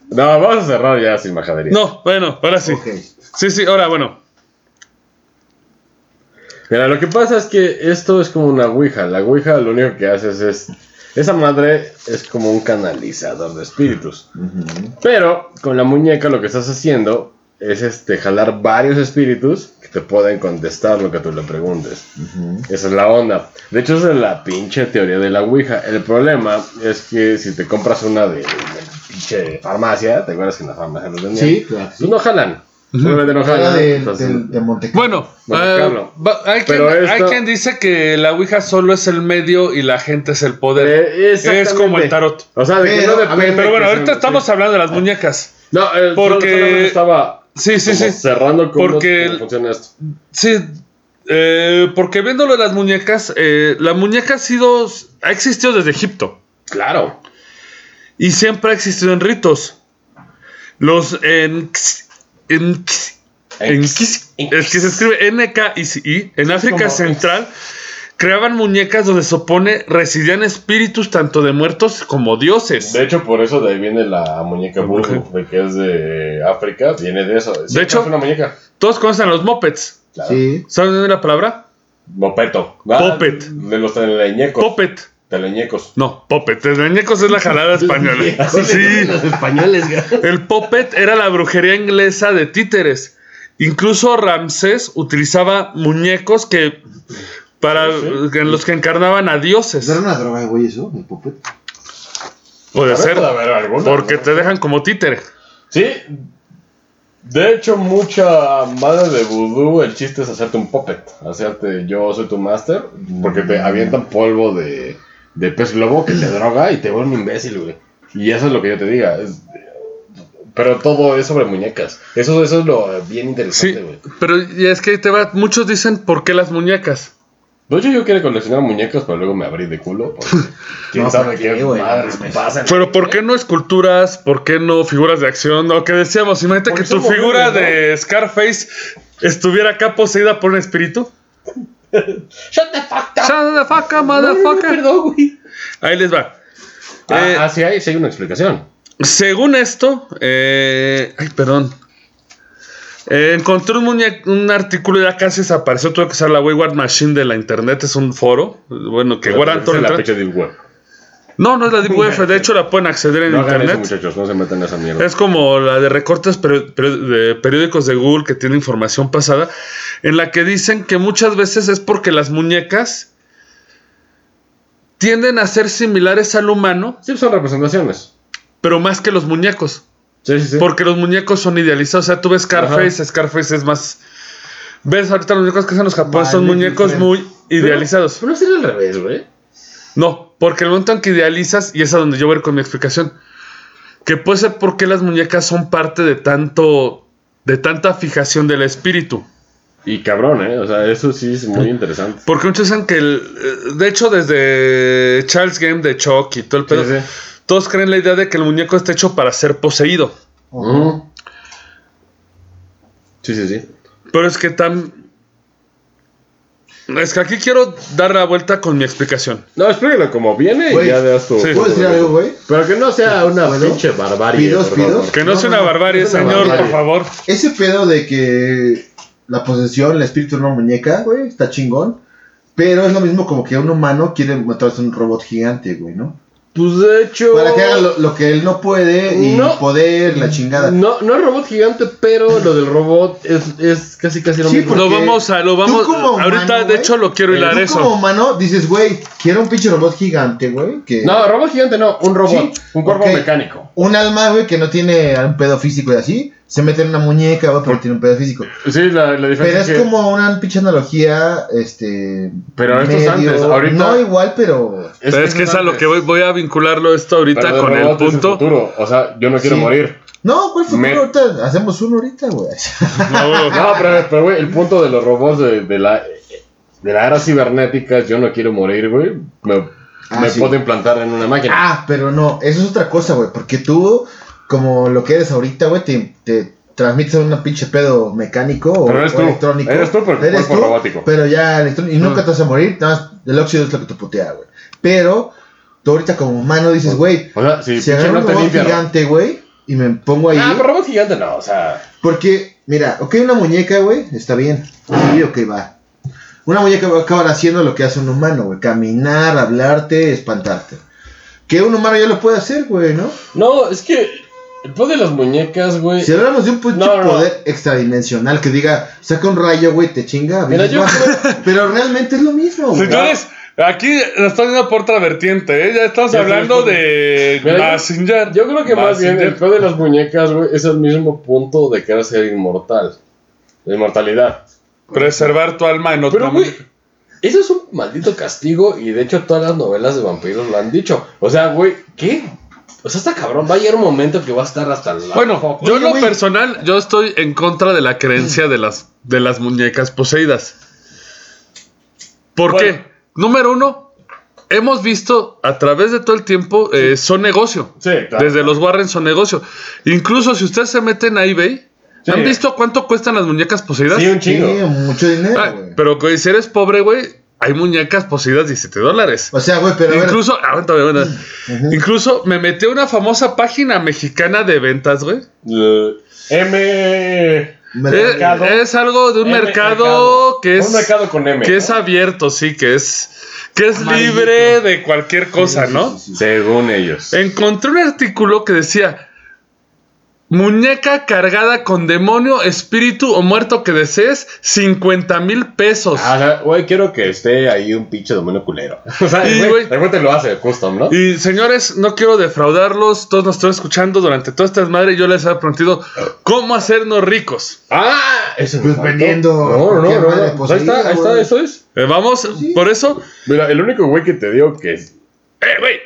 S3: No, vamos a cerrar ya sin majadería.
S2: No, bueno, ahora sí.
S4: Ok.
S2: Sí, sí, ahora bueno.
S3: Mira, lo que pasa es que esto es como una ouija. La ouija lo único que haces es... Esa madre es como un canalizador de espíritus. Pero con la muñeca lo que estás haciendo es este, jalar varios espíritus que te pueden contestar lo que tú le preguntes. Esa es la onda. De hecho, esa es la pinche teoría de la ouija. El problema es que si te compras una de, de pinche farmacia, ¿te acuerdas que en la farmacia los vendían?
S4: Sí, claro.
S3: Pues no jalan. Obviamente no
S4: Fuera
S3: jalan.
S4: de,
S3: entonces-
S4: del- de Monte Carlo.
S2: Bueno,
S3: Bueno,
S2: eh,
S3: Carlos.
S2: va- hay, quien,
S3: Pero
S2: hay
S3: esto-
S2: quien dice que la Ouija solo es el medio y la gente es el poder.
S3: Eh,
S2: es
S3: exactamente.
S2: como el tarot.
S3: O sea, de que
S4: Pero,
S3: no
S4: a ver,
S3: depende
S2: Pero bueno,
S3: que
S2: ahorita
S3: sea-
S2: estamos hablando de las muñecas.
S3: No, eh,
S2: porque-
S3: solo- solamente estaba
S2: Sí, sí,
S3: como
S2: sí.
S3: cerrando cómo,
S2: Porque
S3: cómo
S2: el-
S3: funciona esto.
S2: Sí, eh, porque viéndolo de las muñecas, eh, la muñeca ha sido, ha existido desde Egipto
S3: Claro.
S2: y siempre ha existido en ritos. Los en, en- en- es que se escribe NK y I, en África
S3: como-
S2: Central creaban muñecas donde se supone residían espíritus tanto de muertos como dioses.
S3: De hecho, por eso de ahí viene la muñeca Voodoo, de que es de África, viene de eso. Siempre
S2: hecho-
S3: es una muñeca.
S2: Todos conocen a los mopeds.
S3: Claro.
S4: Sí.
S2: ¿Saben dónde viene la palabra?
S3: Mopeto.
S2: Puppet.
S3: De los teleñecos.
S2: Popet.
S3: Teleñecos.
S2: No, popet. Desde ñecos es la jalada española. Pues sí.
S7: Los españoles, güey.
S2: El puppet era la brujería inglesa de títeres. Incluso Ramsés utilizaba muñecos que para en los que encarnaban a dioses.
S4: Pues ¿Era una droga, güey, eso? El puppet.
S2: Puede ser,
S3: Puede haber alguna,
S2: porque
S3: ¿no?
S2: te dejan como títere.
S3: Sí. De hecho, mucha madre de vudú, el chiste es hacerte un puppet. Hacerte yo soy tu master. Porque te avientan polvo de, de pez globo que te droga y te vuelve un imbécil, güey. Y eso es lo que yo te diga. es- pero todo es sobre muñecas. Eso, eso es lo bien
S2: Sí,
S3: interesante, güey.
S2: pero y es que ahí te va, muchos dicen por qué las muñecas.
S3: De hecho, yo quiero coleccionar muñecas, pero luego me abrí de culo. porque ¿Quién
S4: No,
S3: sabe
S4: ¿para
S3: qué pues,
S4: qué, güey?
S3: madres me pasan?
S2: Pero por qué no esculturas, por qué no figuras de acción, lo que decíamos, imagínate
S3: Porque
S2: que tu
S3: son
S2: figura
S3: horribles, ¿no?
S2: de Scarface estuviera acá poseída por un espíritu.
S6: Shut the fuck up.
S2: Shut the fuck up, motherfucker. Ahí les va.
S3: Ah,
S2: Eh,
S3: ah, sí, hay, sí hay una explicación.
S2: Según esto, eh, ay, perdón. Eh, encontré un, muñe- un artículo ya casi desapareció. Tuve que usar la Wayward Machine de la internet. Es un foro. Bueno, que guardan todo
S3: Esa
S2: el
S3: es la
S2: internet.
S3: fecha de web.
S2: No, no es la Deep Web. De hecho, la pueden acceder en
S3: No hagan eso,
S2: internet.
S3: muchachos, no se metan a esa mierda.
S2: Es como la de recortes pero- pero- de periódicos de Google que tiene información pasada. En la que dicen que muchas veces es porque las muñecas tienden a ser similares al humano,
S3: Sí, son representaciones.
S2: pero más que los muñecos.
S3: Sí, sí, sí.
S2: Porque los muñecos son idealizados. O sea, tú ves Scarface, Scarface es más. ¿Ves ahorita los muñecos que hacen los japoneses? Son
S4: Vale,
S2: muñecos
S4: diferente.
S2: muy idealizados.
S3: Pero no sería al revés, güey.
S2: No, porque el momento en que idealizas, y es a donde yo voy a ir con mi explicación, que puede ser porque las muñecas son parte de tanto. de tanta fijación del espíritu.
S3: Y cabrón, ¿eh? O sea, eso sí es muy interesante.
S2: Porque muchos dicen que el. eh, De hecho, desde Charles Game de Chucky y todo el pedo,
S3: Sí, sí.
S2: todos creen la idea de que el muñeco está hecho para ser poseído.
S3: Ujú. Sí, sí, sí.
S2: Pero es que tan. Es que aquí quiero dar la vuelta con mi explicación.
S3: No, explíquelo como viene
S4: Güey.
S3: y ya das tu.
S2: Sí.
S4: ¿Puedo decir algo, güey?
S3: Pero que no sea una
S4: ¿Puedo?
S3: pinche barbarie.
S4: Pidos,
S3: por favor.
S4: pidos.
S2: Que no,
S4: No,
S2: sea
S4: no,
S2: una
S4: no,
S2: barbarie,
S4: es una
S2: señor,
S4: barbarie.
S2: por favor.
S4: Ese pedo de que la posesión, el espíritu de una muñeca, güey, está chingón. Pero es lo mismo como que un humano quiere matarse a un robot gigante, güey, ¿no?
S3: Pues de hecho.
S4: Para que haga lo, lo que él no puede y
S3: No.
S4: poder, la chingada.
S3: No, no es robot gigante, pero lo del robot es, es casi casi lo
S4: Sí,
S3: mismo.
S4: porque
S2: Lo vamos a, lo
S4: tú
S2: vamos.
S4: como humano,
S2: ahorita, de
S4: güey,
S2: hecho, lo quiero
S3: eh,
S2: hilar
S4: Tú como
S2: eso.
S4: humano dices, güey, quiero un pinche robot gigante, güey. Que...
S3: No, robot gigante no, un robot,
S4: Sí,
S3: un cuerpo
S4: ok.
S3: mecánico.
S4: Un alma, güey, que no tiene un pedo físico y así, se mete en una muñeca, güey, pero tiene un pedo físico.
S3: Sí, la, la
S4: Pero
S3: diferencia
S4: es
S3: es que-
S4: como una pinche analogía, este...
S3: Pero esto es antes, ahorita-
S4: No igual, pero...
S2: Pero es que es a lo que voy, voy a vincularlo esto
S3: Pero
S2: ahorita
S3: de
S2: con el
S3: robot es
S2: punto.
S3: futuro, o sea, yo no quiero
S4: Sí.
S3: morir.
S4: No, ¿cuál futuro?
S3: Me-
S4: Ahorita hacemos uno ahorita, güey.
S2: No,
S3: No, pero, pero, güey, el punto de los robots de, de la de la era cibernética, es yo no quiero morir, güey. Me,
S4: Ah,
S3: me
S4: sí.
S3: puedo implantar en una máquina.
S4: ah, pero no, eso es otra cosa, güey, porque tú, como lo que eres ahorita, güey, te, te transmites un pinche pedo mecánico o,
S3: Pero eres
S4: o
S3: tú.
S4: electrónico.
S3: Eres tú, pero cuerpo robótico.
S4: Pero ya electrónico, y nunca te vas a morir, nada más el óxido es lo que te putea, güey. Pero tú ahorita como humano dices, güey,
S3: o sea, si
S4: si
S3: pinche
S4: agarro
S3: no
S4: un
S3: te
S4: robot
S3: limpia. ¿no?
S4: gigante, güey, y me pongo ahí...
S3: Ah, pero robot gigante no, o sea.
S4: Porque, mira, ok, una muñeca, güey, está bien. Sí, ok, va. Una muñeca va a acabar haciendo lo que hace un humano, güey. Caminar, hablarte, espantarte. Que un humano ya lo puede hacer, güey, ¿no?
S3: No, es que el poder de las muñecas, güey.
S4: Si hablamos de un pinche
S3: No, no, no.
S4: poder extradimensional que diga, saca un rayo, güey, te chinga.
S3: Mira,
S4: vienes
S3: yo
S4: bajo. Pero realmente es lo mismo, güey.
S2: Señores, aquí nos están yendo por otra vertiente, ¿eh? Ya estamos
S3: Ya
S2: hablando
S3: tenemos-
S2: de
S3: Mira, yo-
S2: Mazinger.
S3: Yo creo que más bien
S2: Mazinger.
S3: el peor de las muñecas, güey, es el mismo punto de querer ser inmortal. La inmortalidad.
S2: Preservar tu alma en otro
S3: Pero, güey, eso es un maldito castigo y de hecho todas las novelas de vampiros lo han dicho. O sea, güey, ¿qué? O sea, está cabrón, va a llegar un momento que va a estar hasta la...
S2: Bueno, yo en lo
S4: güey.
S2: personal, yo estoy en contra de la creencia de las, de las muñecas poseídas. ¿Por
S3: Bueno.
S2: qué? Número uno, hemos visto a través de todo el tiempo, eh, son negocio.
S3: Sí, claro.
S2: Desde los Warren son negocio. Incluso si ustedes se meten a eBay,
S3: Sí.
S2: ¿han visto cuánto cuestan las muñecas poseídas?
S3: Sí, un
S4: Sí,
S3: chingo.
S4: mucho
S2: Ah,
S4: dinero, güey.
S2: pero güey, si eres pobre, güey, hay muñecas poseídas 17 dólares.
S4: O sea, güey, pero a ver,
S2: Incluso, aguántame, aguántame. Incluso me metí a una famosa página mexicana de ventas, güey.
S3: Eh, M...
S4: me-
S2: Eh,
S3: mercado.
S2: Es algo de un
S3: M
S2: mercado,
S3: mercado.
S2: que es
S3: Un mercado con M,
S2: que
S3: ¿no?
S2: es abierto, sí, que es que es libre de cualquier cosa, ¿no?
S3: Según ellos.
S2: Eh. Encontré un artículo que decía muñeca cargada con demonio, espíritu o muerto que desees, 50 mil pesos.
S3: Ah, o sea, güey, quiero que esté ahí un pinche dominio culero. O sea,
S2: Y,
S3: güey,
S2: güey-
S3: de repente lo hace custom, ¿no?
S2: Y señores, no quiero defraudarlos, todos nos estoy escuchando durante todas estas madres, yo les he prometido cómo hacernos ricos.
S3: Ah, eso
S4: Pues
S3: me faltó.
S4: vendiendo
S3: No, no,
S4: cualquier
S3: no, no.
S4: madre
S3: Ahí
S4: poseída,
S3: está, ahí está,
S4: güey.
S3: eso es.
S2: Eh, vamos, por eso,
S3: Mira, el único güey que te digo que es.
S2: eh, güey,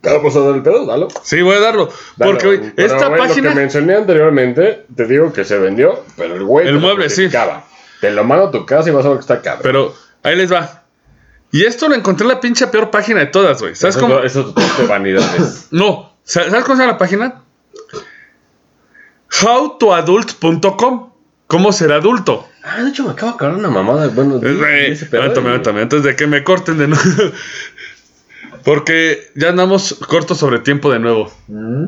S3: ¿Te va a pasar el pedo? Dalo.
S2: sí voy a darlo,
S3: dalo.
S2: porque güey,
S3: Pero,
S2: esta
S3: güey,
S2: página
S3: Lo que mencioné anteriormente, te digo que se vendió, pero el güey.
S2: El
S3: te lo
S2: mueble, sí.
S3: justificaba. Te lo mando a tu casa y vas a ver que está cabrón.
S2: Pero ahí les va. Y esto lo encontré en la pinche peor página de todas, güey. ¿Sabes
S3: eso,
S2: cómo?
S3: no- eso es totalmente vanidades.
S2: No. ¿Sabes cómo se llama la página? Howtoadult.com. ¿Cómo ser adulto?
S3: ah, de hecho, me acabo de acabar una mamada. Bueno,
S2: Eh,
S3: de ese pedo,
S2: Aguántame,
S3: güey.
S2: aguántame, Antes de que me corten de nuevo. Porque ya andamos cortos sobre tiempo de nuevo.
S3: Mm.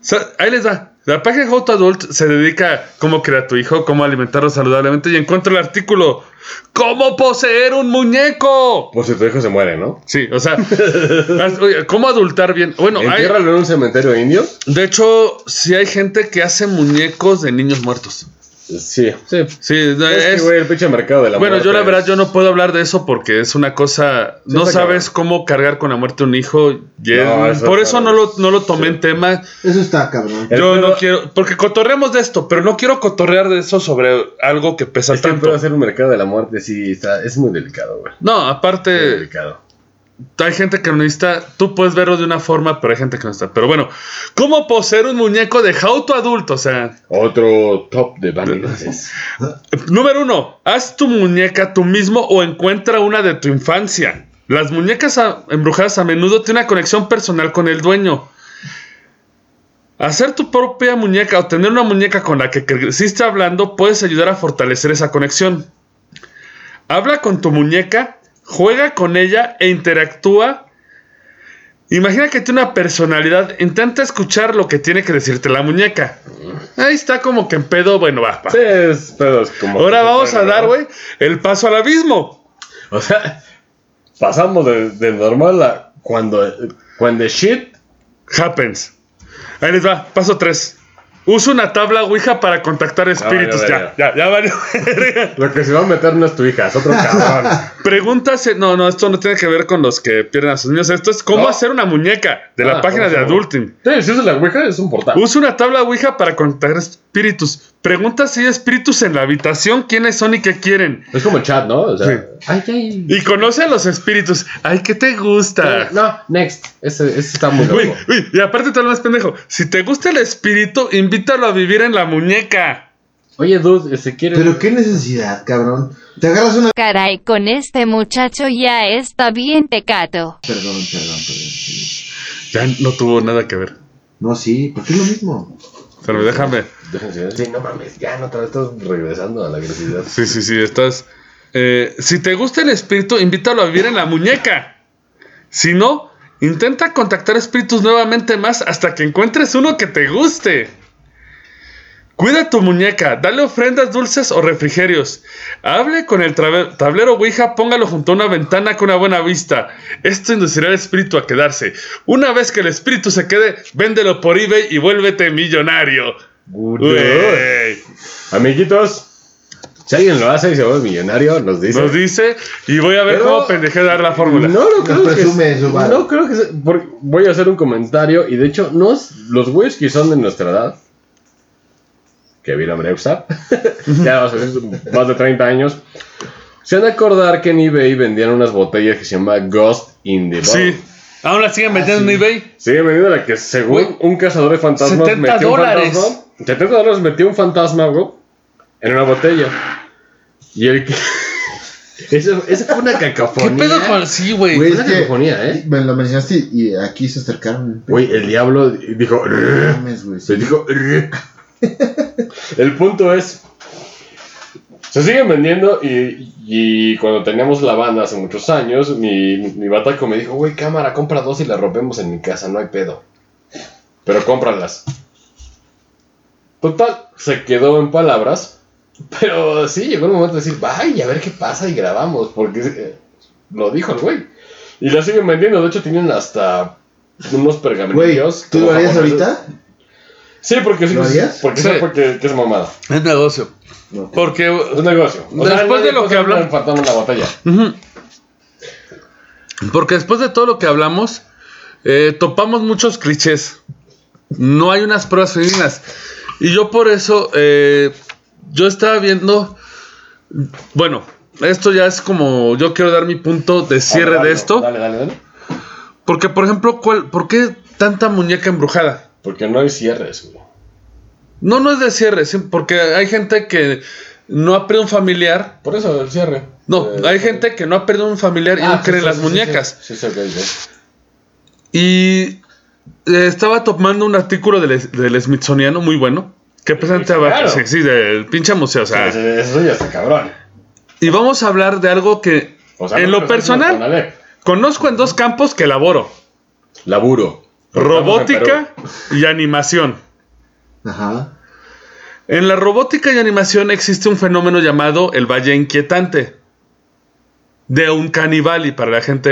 S2: Sa- Ahí les va. La página How to Adult se dedica a cómo crear a tu hijo, cómo alimentarlo saludablemente y encuentro el artículo ¿Cómo poseer un muñeco?
S3: Por si tu hijo se muere, ¿no?
S2: Sí, o sea, as- oye, ¿cómo adultar bien? Bueno, hay-
S3: Entiérralo en un cementerio indio.
S2: de hecho, sí hay gente que hace muñecos de niños muertos.
S3: Sí, sí.
S2: Sí, no,
S3: Es, que,
S2: es-
S3: güey, el pinche mercado de la
S2: bueno, yo la
S3: muerte
S2: verdad
S3: es-
S2: yo no puedo hablar de eso porque es una cosa,
S3: Sí,
S2: no
S3: está
S2: sabes cómo cargar con la muerte a un hijo. y es-
S3: No, eso
S2: por
S3: está
S2: eso no
S3: cabrón.
S2: lo, no lo tomé
S3: Sí.
S2: en tema.
S4: eso está cabrón.
S3: El
S2: yo
S3: pedo-
S2: no quiero, porque cotorreamos de esto, pero no quiero cotorrear de eso sobre algo que pesa
S3: Es que
S2: tanto.
S3: pero hacer un mercado de la muerte sí está, es muy delicado, güey.
S2: No,
S3: Muy
S2: aparte,
S3: delicado.
S2: Hay gente que lo necesita, tú puedes verlo de una forma, pero hay gente que no está. Pero bueno, ¿cómo poseer un muñeco de jauto adulto? O sea,
S3: Otro top de vanidades.
S2: número uno, haz tu muñeca tú mismo o encuentra una de tu infancia. Las muñecas a- embrujadas a menudo tienen una conexión personal con el dueño. Hacer tu propia muñeca o tener una muñeca con la que creciste hablando puedes ayudar a fortalecer esa conexión. Habla con tu muñeca, juega con ella e interactúa. Imagina que tiene una personalidad, intenta escuchar lo que tiene que decirte la muñeca. Ahí está como que en pedo, bueno, va. va.
S3: Sí, es pedos como.
S2: Ahora vamos a dar, güey, el paso al abismo.
S3: O sea, pasamos de, de normal a cuando, cuando shit.
S2: Happens. Ahí les va, paso 3. Usa una tabla Ouija para
S3: Ah,
S2: contactar espíritus.
S3: valió,
S2: Ya, ya, ya, valió verga.
S3: Lo que se va a meter no es tu hija, es otro cabrón.
S2: Preguntas. No, no, esto no tiene que ver con los que pierden a sus niños. Esto es cómo
S3: No.
S2: hacer una muñeca de la
S3: Ah,
S2: página
S3: ¿cómo
S2: de
S3: se llama?
S2: Adulting.
S3: Sí, si usas la Ouija es un portal.
S2: Usa una tabla Ouija para contactar espíritus. Pregunta si hay espíritus en la habitación, quiénes son y qué quieren.
S3: Es como chat, ¿no? O sea, ay, ay.
S2: Y conoce a los espíritus. Ay, ¿qué te gusta?
S3: No, next. Ese, ese está muy
S2: Ah. Uy,
S3: loco.
S2: uy, y aparte te lo más pendejo. Si te gusta el espíritu, invítalo a vivir en la muñeca.
S3: Oye, dude, se quiere.
S4: Pero qué necesidad, cabrón. Te agarras una.
S5: Caray, con este muchacho ya está bien tecato.
S4: Perdón, perdón, perdón.
S2: Ya no tuvo nada que ver.
S4: No, sí, porque es lo mismo.
S2: Pero déjame.
S3: Déjense, Sí, no mames, ya no otra vez estás regresando a la agresividad.
S2: Sí, sí, sí, estás. eh, si te gusta el espíritu, invítalo a vivir en la muñeca. Si no, intenta contactar espíritus nuevamente más hasta que encuentres uno que te guste. Cuida tu muñeca, dale ofrendas dulces o refrigerios. Hable con el trabe- tablero Ouija, póngalo junto a una ventana con una buena vista. Esto inducirá al espíritu a quedarse. Una vez que el espíritu se quede, véndelo por eBay y vuélvete millonario.
S3: Good day.
S2: Uy.
S3: Amiguitos, si alguien lo hace y se vuelve millonario, nos dice.
S2: Nos dice y voy a ver
S3: Pero-
S2: cómo pendejé dar la fórmula.
S3: No lo creo
S4: Nos
S3: que
S4: presume su varo.
S3: No creo que sea- porque voy a hacer un comentario y de hecho no es- los güeyes que son de nuestra edad que vieron Brewstar ya vas a ver, más de 30 años se han de acordar que en eBay vendían unas botellas que se llama Ghost in the Bottle.
S2: Sí. Aún la siguen vendiendo en eBay.
S3: Ah, Sí, vendido la que según
S2: Güey,
S3: un cazador de fantasmas
S2: 70
S3: metió un
S2: dólares.
S3: fantasma. 70 dólares metió un fantasma, güey, en una botella. Y el que. Eso, eso fue una cacofonía.
S2: Sí,
S4: Güey,
S3: una
S4: es que-
S3: cacofonía, ¿eh?
S4: Me lo mencionaste y- y aquí se acercaron.
S3: Güey, el diablo dijo.
S4: No
S3: "Rrr".
S4: mames, güey,
S3: Se
S4: sí.
S3: dijo. "Rrr". El punto es. Se siguen vendiendo y, y cuando teníamos la banda hace muchos años, mi, mi bataco me dijo, güey, cámara, compra dos y las rompemos en mi casa, no hay pedo. Pero cómpralas. Total, se quedó en palabras, pero sí, llegó el momento de decir, vaya, a ver qué pasa y grabamos, porque eh, lo dijo el güey. Y las siguen vendiendo, de hecho tienen hasta unos
S4: Güey,
S3: pergaminos.
S4: ¿tú
S3: como
S4: lo harías
S3: jabones.
S4: ahorita?
S3: Sí, porque sí,
S4: ¿Lo harías?
S3: porque,
S2: Sí.
S3: porque es mamada.
S2: Es negocio. Porque
S3: Es un negocio.
S2: Después de lo que hablamos-
S3: Faltamos la batalla.
S2: ujú. porque después de todo lo que hablamos, eh, topamos muchos clichés. No hay unas pruebas femeninas. Y yo por eso, eh, yo estaba viendo, bueno, esto ya es como, yo quiero dar mi punto de cierre
S3: Dale,
S2: de
S3: dale,
S2: esto.
S3: Dale, dale, dale.
S2: Porque, por ejemplo, ¿cuál, ¿por qué tanta muñeca embrujada?
S3: Porque no hay cierres, güey.
S2: No, no es de cierre, sí, porque hay gente que no ha perdido un familiar.
S3: Por eso el cierre.
S2: No,
S3: Eh,
S2: hay gente que no ha perdido un familiar y
S3: Ah,
S2: no cree en las
S3: sí, sí,
S2: muñecas. Ah.
S3: Sí, sí, sí, ok, sí.
S2: Y eh, estaba tomando un artículo del, del Smithsoniano muy bueno. Que presentaba,
S3: claro.
S2: sí, sí, del pinche museo. O sea,
S3: Sí, sí, Eso ya está cabrón.
S2: y vamos a hablar de algo que
S3: O sea,
S2: en
S3: no
S2: lo
S3: creo que sea
S2: personal
S3: una Conalep.
S2: conozco en dos campos que laboro:
S3: Laburo.
S2: robótica y animación.
S4: Ajá.
S2: En la robótica y animación existe un fenómeno llamado el Valle Inquietante. De un canibali, para la gente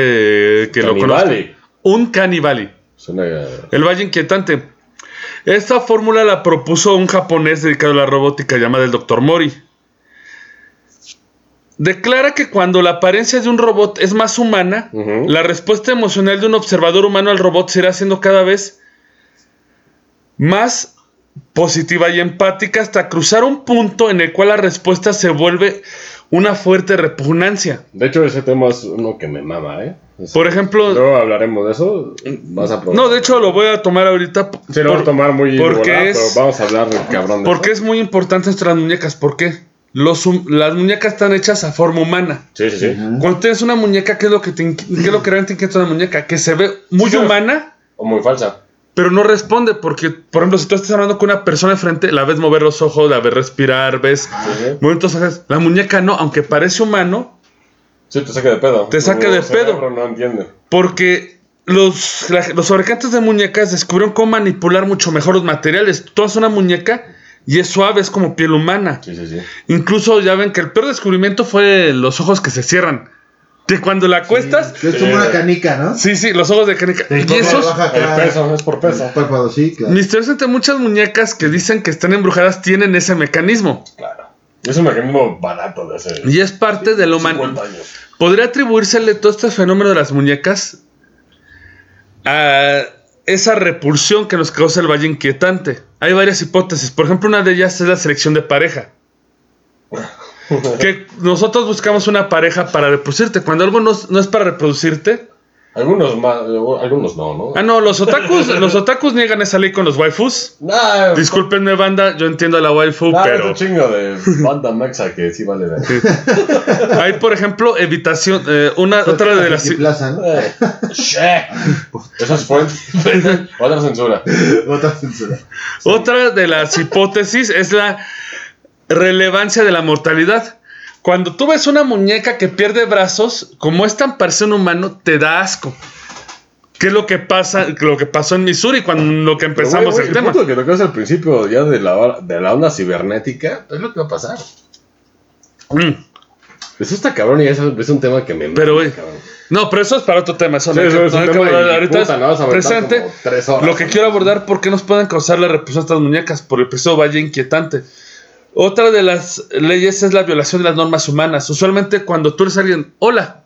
S2: eh, que lo conoce.
S3: Canibali.
S2: Un canibali.
S3: Suena, eh,
S2: El Valle Inquietante. Esta fórmula la propuso un japonés dedicado a la robótica llamado el Dr. Mori. Declara que cuando la apariencia de un robot es más humana,
S3: Ujú.
S2: la respuesta emocional de un observador humano al robot se irá siendo cada vez más positiva y empática hasta cruzar un punto en el cual la respuesta se vuelve una fuerte repugnancia.
S3: De hecho, ese tema es uno que me mama, ¿eh? Es-
S2: Por ejemplo,
S3: Luego hablaremos de eso. Vas a probar.
S2: no, de hecho lo voy a tomar ahorita. p-
S3: Sí, lo voy a
S2: por-
S3: tomar muy
S2: porque
S3: volado,
S2: es-
S3: pero vamos a hablar del cabrón de
S2: Porque es muy importante nuestras muñecas. ¿Por qué? Los hum- las muñecas están hechas a forma humana.
S3: Sí, sí, sí.
S2: Cuando tienes una muñeca, ¿qué es lo que, te inqui- qué es lo que realmente inquieta una muñeca? Que se ve muy
S3: Sí.
S2: humana,
S3: O muy falsa.
S2: pero no responde. Porque, por ejemplo, si tú estás hablando con una persona enfrente, la ves mover los ojos, la ves respirar, ves
S3: Sí, sí.
S2: movimientos faciales. La muñeca no, aunque parece humano,
S3: Sí, te saca de pedo.
S2: Te saca
S3: Tu
S2: de
S3: cerebro
S2: pedo.
S3: No entiende.
S2: Porque los, la- los fabricantes de muñecas descubrieron cómo manipular mucho mejor los materiales. Tú haces una muñeca y es suave, es como piel humana.
S3: Sí, sí, sí.
S2: Incluso ya ven que el peor descubrimiento fue los ojos que se cierran. Que cuando la cuestas,
S4: Que es como una canica, ¿no?
S2: sí, sí, los ojos de canica.
S4: Del
S2: Y
S4: todo
S2: esos,
S4: baja
S3: El
S4: acá,
S3: peso, es por peso.
S4: el párpado, sí, claro.
S2: misteriosamente, muchas muñecas que dicen que están embrujadas tienen ese mecanismo.
S3: Claro. Es un mecanismo barato de hacer.
S2: Y es parte de lo humano.
S3: 50 años.
S2: ¿Podría atribuírsele todo este fenómeno de las muñecas a esa repulsión que nos causa el valle inquietante? Hay varias hipótesis. Por ejemplo, una de ellas es la selección de pareja. Que nosotros buscamos una pareja para reproducirte. Cuando algo no, es- no es para reproducirte.
S3: Algunos más, algunos no, ¿no?
S2: Ah, no, los otakus, los otakus niegan esa ley con los waifus.
S3: Nah,
S2: Discúlpenme, banda, yo entiendo a la waifu,
S3: nah, Ah, es
S2: pero.
S3: un chingo de banda mexa que sí vale ver.
S2: Hay, por ejemplo, evitación. eh, una, otra de las.
S4: Pues, Plaza, ¿no?
S3: Eh, che. Esas fueron otra censura.
S4: Otra censura.
S2: Otra de las hipótesis es la relevancia de la mortalidad. Cuando tú ves una muñeca que pierde brazos, como es tan parecido a un humano, te da asco. ¿Qué es lo que pasa? Lo que pasó en Missouri cuando lo que empezamos
S3: Pero, güey,
S2: el
S3: güey,
S2: tema.
S3: punto que tocabas al principio ya de la, hora- de la onda cibernética es lo que va a pasar.
S2: Mm.
S3: Eso está cabrón y eso es un tema que me.
S2: Pero, güey,
S3: cabrón. Sí,
S2: No, pero eso es para otro tema. Eso no hay
S3: eso
S2: que-
S3: es
S2: no
S3: un
S2: hay que
S3: tema
S2: hablar
S3: y
S2: ahorita
S3: puta,
S2: es
S3: no vas a aventar
S2: presente.
S3: como tres horas.
S2: Lo que quiero abordar, ¿por qué nos pueden causar la repulsión a estas muñecas? Por el precio valle inquietante. Otra de las leyes es la violación de las normas humanas. Usualmente cuando tú eres alguien, hola,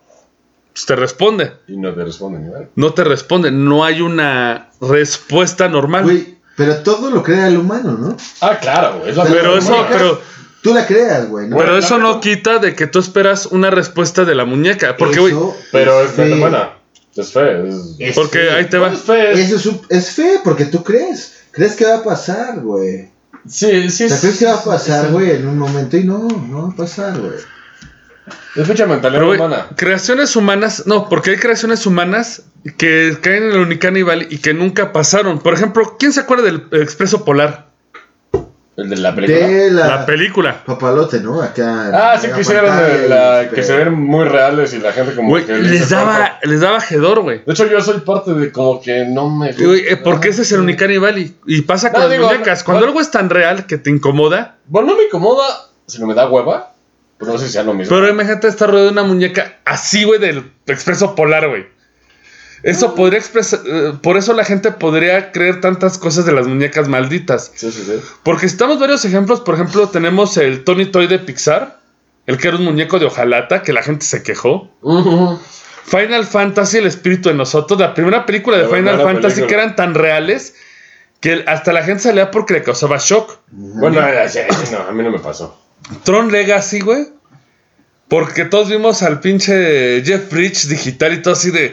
S2: pues te responde.
S3: Y no te responden, ¿verdad?
S2: No te responde, no hay una respuesta normal.
S4: Güey, pero todo lo crea el humano, ¿no?
S3: Ah, claro, güey. es la
S2: pero
S3: misma
S2: eso,
S3: muñeca.
S2: pero,
S4: Tú la creas, güey, ¿no?
S2: pero eso no quita de que tú esperas una respuesta de la muñeca. Porque, güey,
S4: Eso
S3: Pero es
S4: feo.
S3: buena. Es fea. Es...
S4: Es
S2: porque
S4: feo.
S2: ahí te va.
S3: Es fea, es-
S4: Eso es, un- es fe, porque tú crees. ¿Crees que va a pasar, güey?
S3: Sí, sí.
S4: O sea,
S3: es-
S4: crees que va a pasar,
S3: es-
S4: güey, en un momento y no, no va a pasar, güey.
S3: Es mucha mentalidad
S2: Pero, güey,
S3: humana.
S2: creaciones humanas, no, porque hay creaciones humanas que caen en el unicaníbal y que nunca pasaron. Por ejemplo, ¿quién se acuerda del Expreso Polar?
S3: El de la película.
S4: De la,
S2: La película.
S4: papalote, ¿no? Acá.
S3: Ah, sí,
S4: en la
S3: que hicieron
S4: pantalla, este,
S3: de la,
S4: pero-
S3: que se ven muy reales y la gente como
S2: Güey,
S3: que
S2: les
S3: dice,
S2: daba, les daba hedor, güey.
S3: De hecho, yo soy parte de como que no me.
S2: Y, güey, eh, Porque ese es el unicaníbal y, y pasa con
S3: No,
S2: las
S3: digo,
S2: muñecas.
S3: no,
S2: Cuando
S3: no.
S2: algo es tan real que te incomoda,
S3: Bueno, no me incomoda, sino me da hueva. Pero no sé si sea lo mismo.
S2: pero imagínate estar rodeado de una muñeca así, güey, del Expreso Polar, güey. Eso podría expresar, eh, por eso la gente podría creer tantas cosas de las muñecas malditas.
S3: Sí, sí, sí.
S2: Porque estamos varios ejemplos. Por ejemplo, tenemos el Tony Toy de Pixar, el que era un muñeco de hojalata que la gente se quejó.
S3: Ujú.
S2: Final Fantasy, el espíritu de nosotros, la primera película de
S3: La
S2: Final
S3: primera
S2: Fantasy
S3: película.
S2: que eran tan reales que el- hasta la gente salía porque le causaba shock.
S3: Bueno, eh, sí, sí, no, a mí no me pasó.
S2: Tron Legacy, güey. Porque todos vimos al pinche Jeff Bridge digital y todo así de.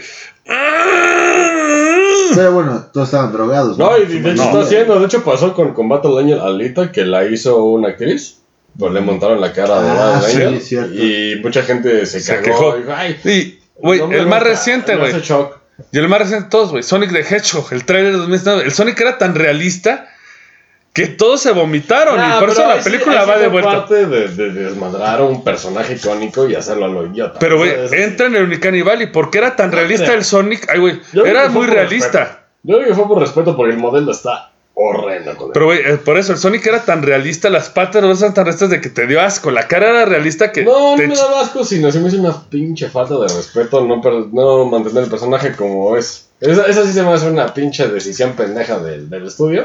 S2: "Ah".
S4: Pero bueno, todos estaban drogados.
S3: No, y de hecho
S4: No.
S3: está haciendo. De hecho, pasó con Combat al Angel Alita, que la hizo una actriz. Pues le montaron la cara de
S4: Ah,
S3: Battle
S4: sí,
S3: Angel,
S4: es cierto.
S3: Y mucha gente se,
S2: Se
S3: cagó.
S2: quejó.
S3: dijo, Ay,
S2: Y, güey,
S3: no me
S2: el más
S3: gusta,
S2: reciente,
S3: me
S2: güey.
S3: hace shock.
S2: Y el más reciente de todos, güey, Sonic the Hedgehog, el trailer de 2009. El Sonic era tan realista que todos se vomitaron
S3: Ah,
S2: y por eso
S3: pero
S2: la
S3: ahí sí-
S2: película
S3: ahí sí
S2: va de
S3: fue
S2: vuelta.
S3: parte de, de desmadrar a un personaje icónico y hacerlo a lo idiota.
S2: Pero, güey,
S3: Eso es-
S2: entra en el Unicanibal y porque era tan
S3: No
S2: realista
S3: creo.
S2: el Sonic, ay, güey,
S3: Yo digo
S2: era
S3: que fue
S2: muy
S3: por respeto.
S2: realista.
S3: Yo digo que fue por respeto porque el modelo está horrendo con él.
S2: Pero, güey, eh, por eso el Sonic era tan realista, las patas no eran tan realistas de que te dio asco. La cara era realista que.
S3: no, no
S2: te
S3: me
S2: ch-
S3: da asco, sino se me hizo una pinche falta de respeto no, per- no mantener el personaje como es. Esa, esa sí se me hace una pinche decisión pendeja del, del estudio.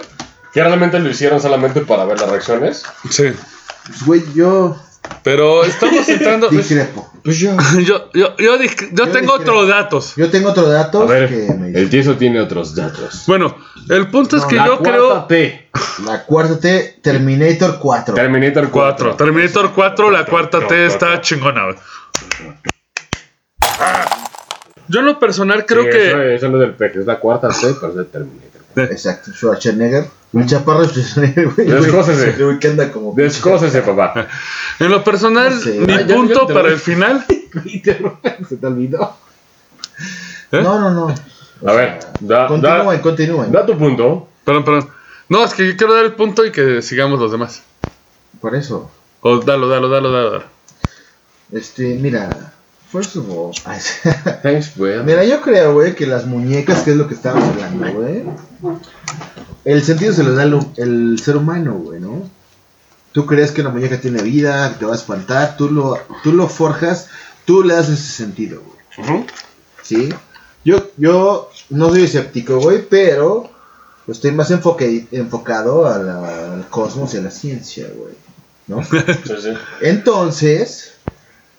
S3: Que realmente lo hicieron solamente para ver las reacciones.
S2: Sí.
S4: Pues, Güey, yo
S2: Pero estamos entrando.
S4: discrepo.
S3: Pues yo.
S2: yo, yo, yo, dis- yo
S4: Yo
S2: tengo
S4: discrepo.
S2: otros datos.
S4: Yo tengo otro dato
S3: A ver,
S4: que me
S3: el tieso tiene otros datos.
S2: Bueno, el punto es que
S3: La
S2: yo
S3: cuarta
S2: creo.
S3: T.
S4: La cuarta T, Terminator 4.
S3: Terminator
S2: 4.
S3: 4.
S2: Terminator 4, la cuarta T
S3: Cuatro.
S2: está chingona, güey. Yo en lo personal creo
S3: Sí,
S2: que.
S3: Eso, eso no es del peje, es la cuarta T, pero es de Terminator.
S4: Exacto, Schwarzenegger. El chaparro Schwarzenegger, güey.
S3: Descócese.
S4: El güey que anda como.
S3: Descócese, papá.
S2: En lo personal,
S4: No sé.
S2: mi
S3: Ah, ya- ya
S2: punto
S3: te
S2: para
S3: voy.
S2: el final.
S3: Se te olvidó.
S2: ¿Eh?
S4: No, no, no.
S3: A ver, da, da,
S4: Continúen, continúen.
S3: da tu punto.
S2: Perdón, perdón. No, es que yo quiero dar el punto y que sigamos los demás.
S4: Por eso.
S2: O dalo, dalo, dalo, dalo. dalo.
S4: Este, mira. First of all. Ay, sí.
S3: Thanks, güey.
S4: Mira, yo creo, güey, que las muñecas, que es lo que estábamos hablando, güey. El sentido se lo da el, el ser humano, güey, ¿no? Tú crees que una muñeca tiene vida, que te va a espantar, tú lo, tú lo forjas, tú le das ese sentido, güey. ¿Sí? Yo, yo no soy escéptico, güey, pero estoy más enfoque, enfocado a la- al cosmos y a la ciencia, güey. ¿No? Entonces,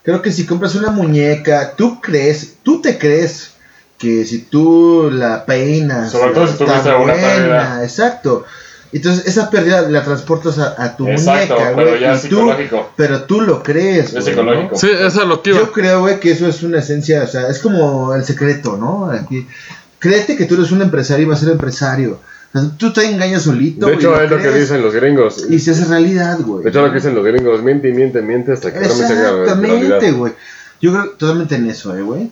S4: creo que si compras una muñeca, tú crees, tú te crees que si tú la peinas,
S8: Sobre todo si
S4: está
S8: tuviste alguna pérdida.
S4: exacto. Entonces, esa pérdida la transportas a, a tu
S8: Exacto,
S4: muñeca,
S8: pero
S4: güey,
S8: ya
S4: y
S8: es
S4: tú-
S8: psicológico.
S4: pero tú lo crees.
S8: Es
S4: güey,
S8: psicológico.
S2: Sí, eso es lo que iba.
S4: yo creo, güey, que eso es una esencia, o sea, es como el secreto, ¿no? Aquí, créete que tú eres un empresario y vas a ser empresario. O sea, tú te engañas solito,
S3: De
S4: güey,
S3: hecho, es lo que
S4: crees,
S3: dicen los gringos.
S4: Y se hace realidad, güey.
S3: De hecho, lo que dicen los gringos. Miente y miente, miente hasta que realmente se haga realidad.
S4: Exactamente, güey. Yo creo totalmente en eso, eh, güey.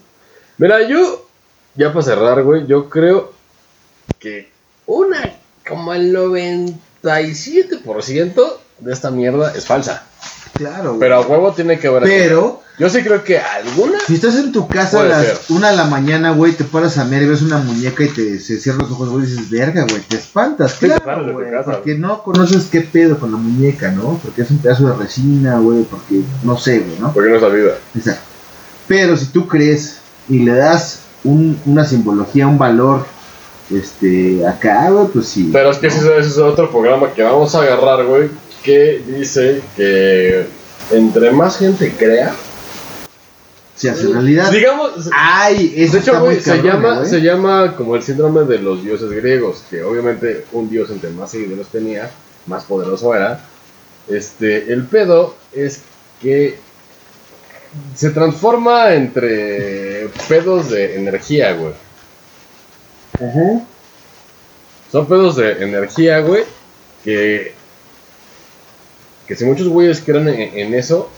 S3: Mira, yo, ya para cerrar, güey, yo creo que una, como el 97% de esta mierda es falsa.
S4: Claro, güey.
S3: Pero a huevo tiene que haber.
S4: Pero,
S3: Yo sí creo que alguna.
S4: si estás en tu casa a
S3: Puede
S4: las
S3: ser.
S4: una de la mañana, güey, te paras a mear y ves una muñeca y te se cierran los ojos, güey, y dices, verga, güey, te espantas,
S3: te
S4: claro,
S3: paras de tu
S4: güey,
S3: casa,
S4: porque no conoces qué pedo con la muñeca, ¿no? Porque es un pedazo de resina, güey, porque no sé, güey, ¿no?
S3: Porque no es la vida.
S4: Exacto. Pero si tú crees y le das un- una simbología, un valor, este, acá, güey, pues sí.
S3: Pero es que ese, ese es otro programa que vamos a agarrar, güey, que dice que entre más gente crea.
S4: se hace realidad.
S3: Digamos.
S4: Ay, eso
S3: De hecho,
S4: está
S3: güey,
S4: muy
S3: se
S4: cabrón,
S3: llama,
S4: güey.
S3: se llama como el síndrome de los dioses griegos, que obviamente un dios entre más seguidores tenía, más poderoso era. Este, el pedo es que se transforma entre pedos de energía, güey. Son pedos de energía, güey, que que si muchos güeyes creen en, en eso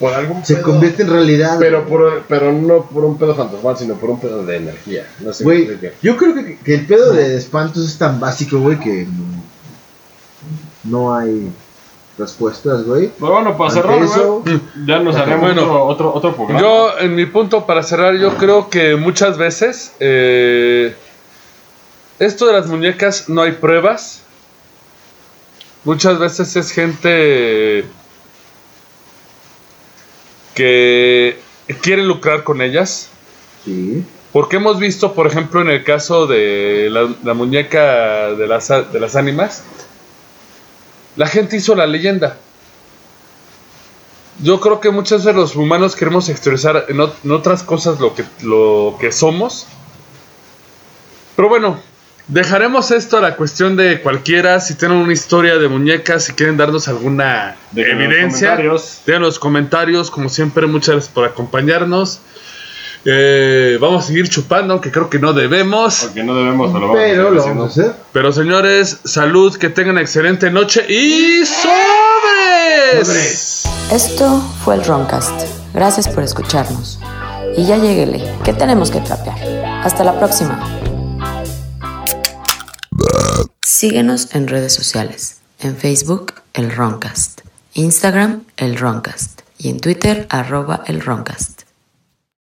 S3: por algún
S4: Se
S3: pedo-
S4: convierte en realidad.
S3: pero,
S4: güey.
S3: por, pero no por un pedo fantasmal, sino por un pedo de energía. No sé
S4: Güey,
S3: cómo explicar.
S4: yo creo que, que el pedo de espantos es tan básico, güey, que no, no hay respuestas, güey.
S8: Pero bueno, para
S4: Ante
S8: cerrar,
S4: eso-
S8: güey, ya nos haremos
S2: Bueno.
S8: otro, otro, otro programa.
S2: Yo, en mi punto para cerrar, yo creo que muchas veces eh, esto de las muñecas no hay pruebas. Muchas veces es gente que quiere lucrar con ellas.
S4: Sí.
S2: Porque hemos visto, por ejemplo, en el caso de la, la muñeca de las, a- de las ánimas, la gente hizo la leyenda. Yo creo que muchas veces los humanos queremos expresar en, ot- en otras cosas lo que, lo que somos. Pero bueno, dejaremos esto a la cuestión de cualquiera. Si tienen una historia de muñecas, si quieren darnos alguna
S8: Déjenos
S2: evidencia,
S8: comentarios.
S2: dejen los comentarios. Como siempre, muchas gracias por acompañarnos. Eh, vamos a seguir chupando, aunque creo que no debemos.
S8: Porque no debemos, pero lo vamos a seguir
S4: Pero lo
S8: haciendo.
S4: vamos a hacer.
S2: Pero señores, salud, que tengan excelente noche y sobres.
S1: Esto fue el Roncast. Gracias por escucharnos. Y ya lleguele, que tenemos que trapear. Hasta la próxima. Síguenos en redes sociales. En Facebook, el Roncast. Instagram, el Roncast. Y en Twitter, arroba el Roncast.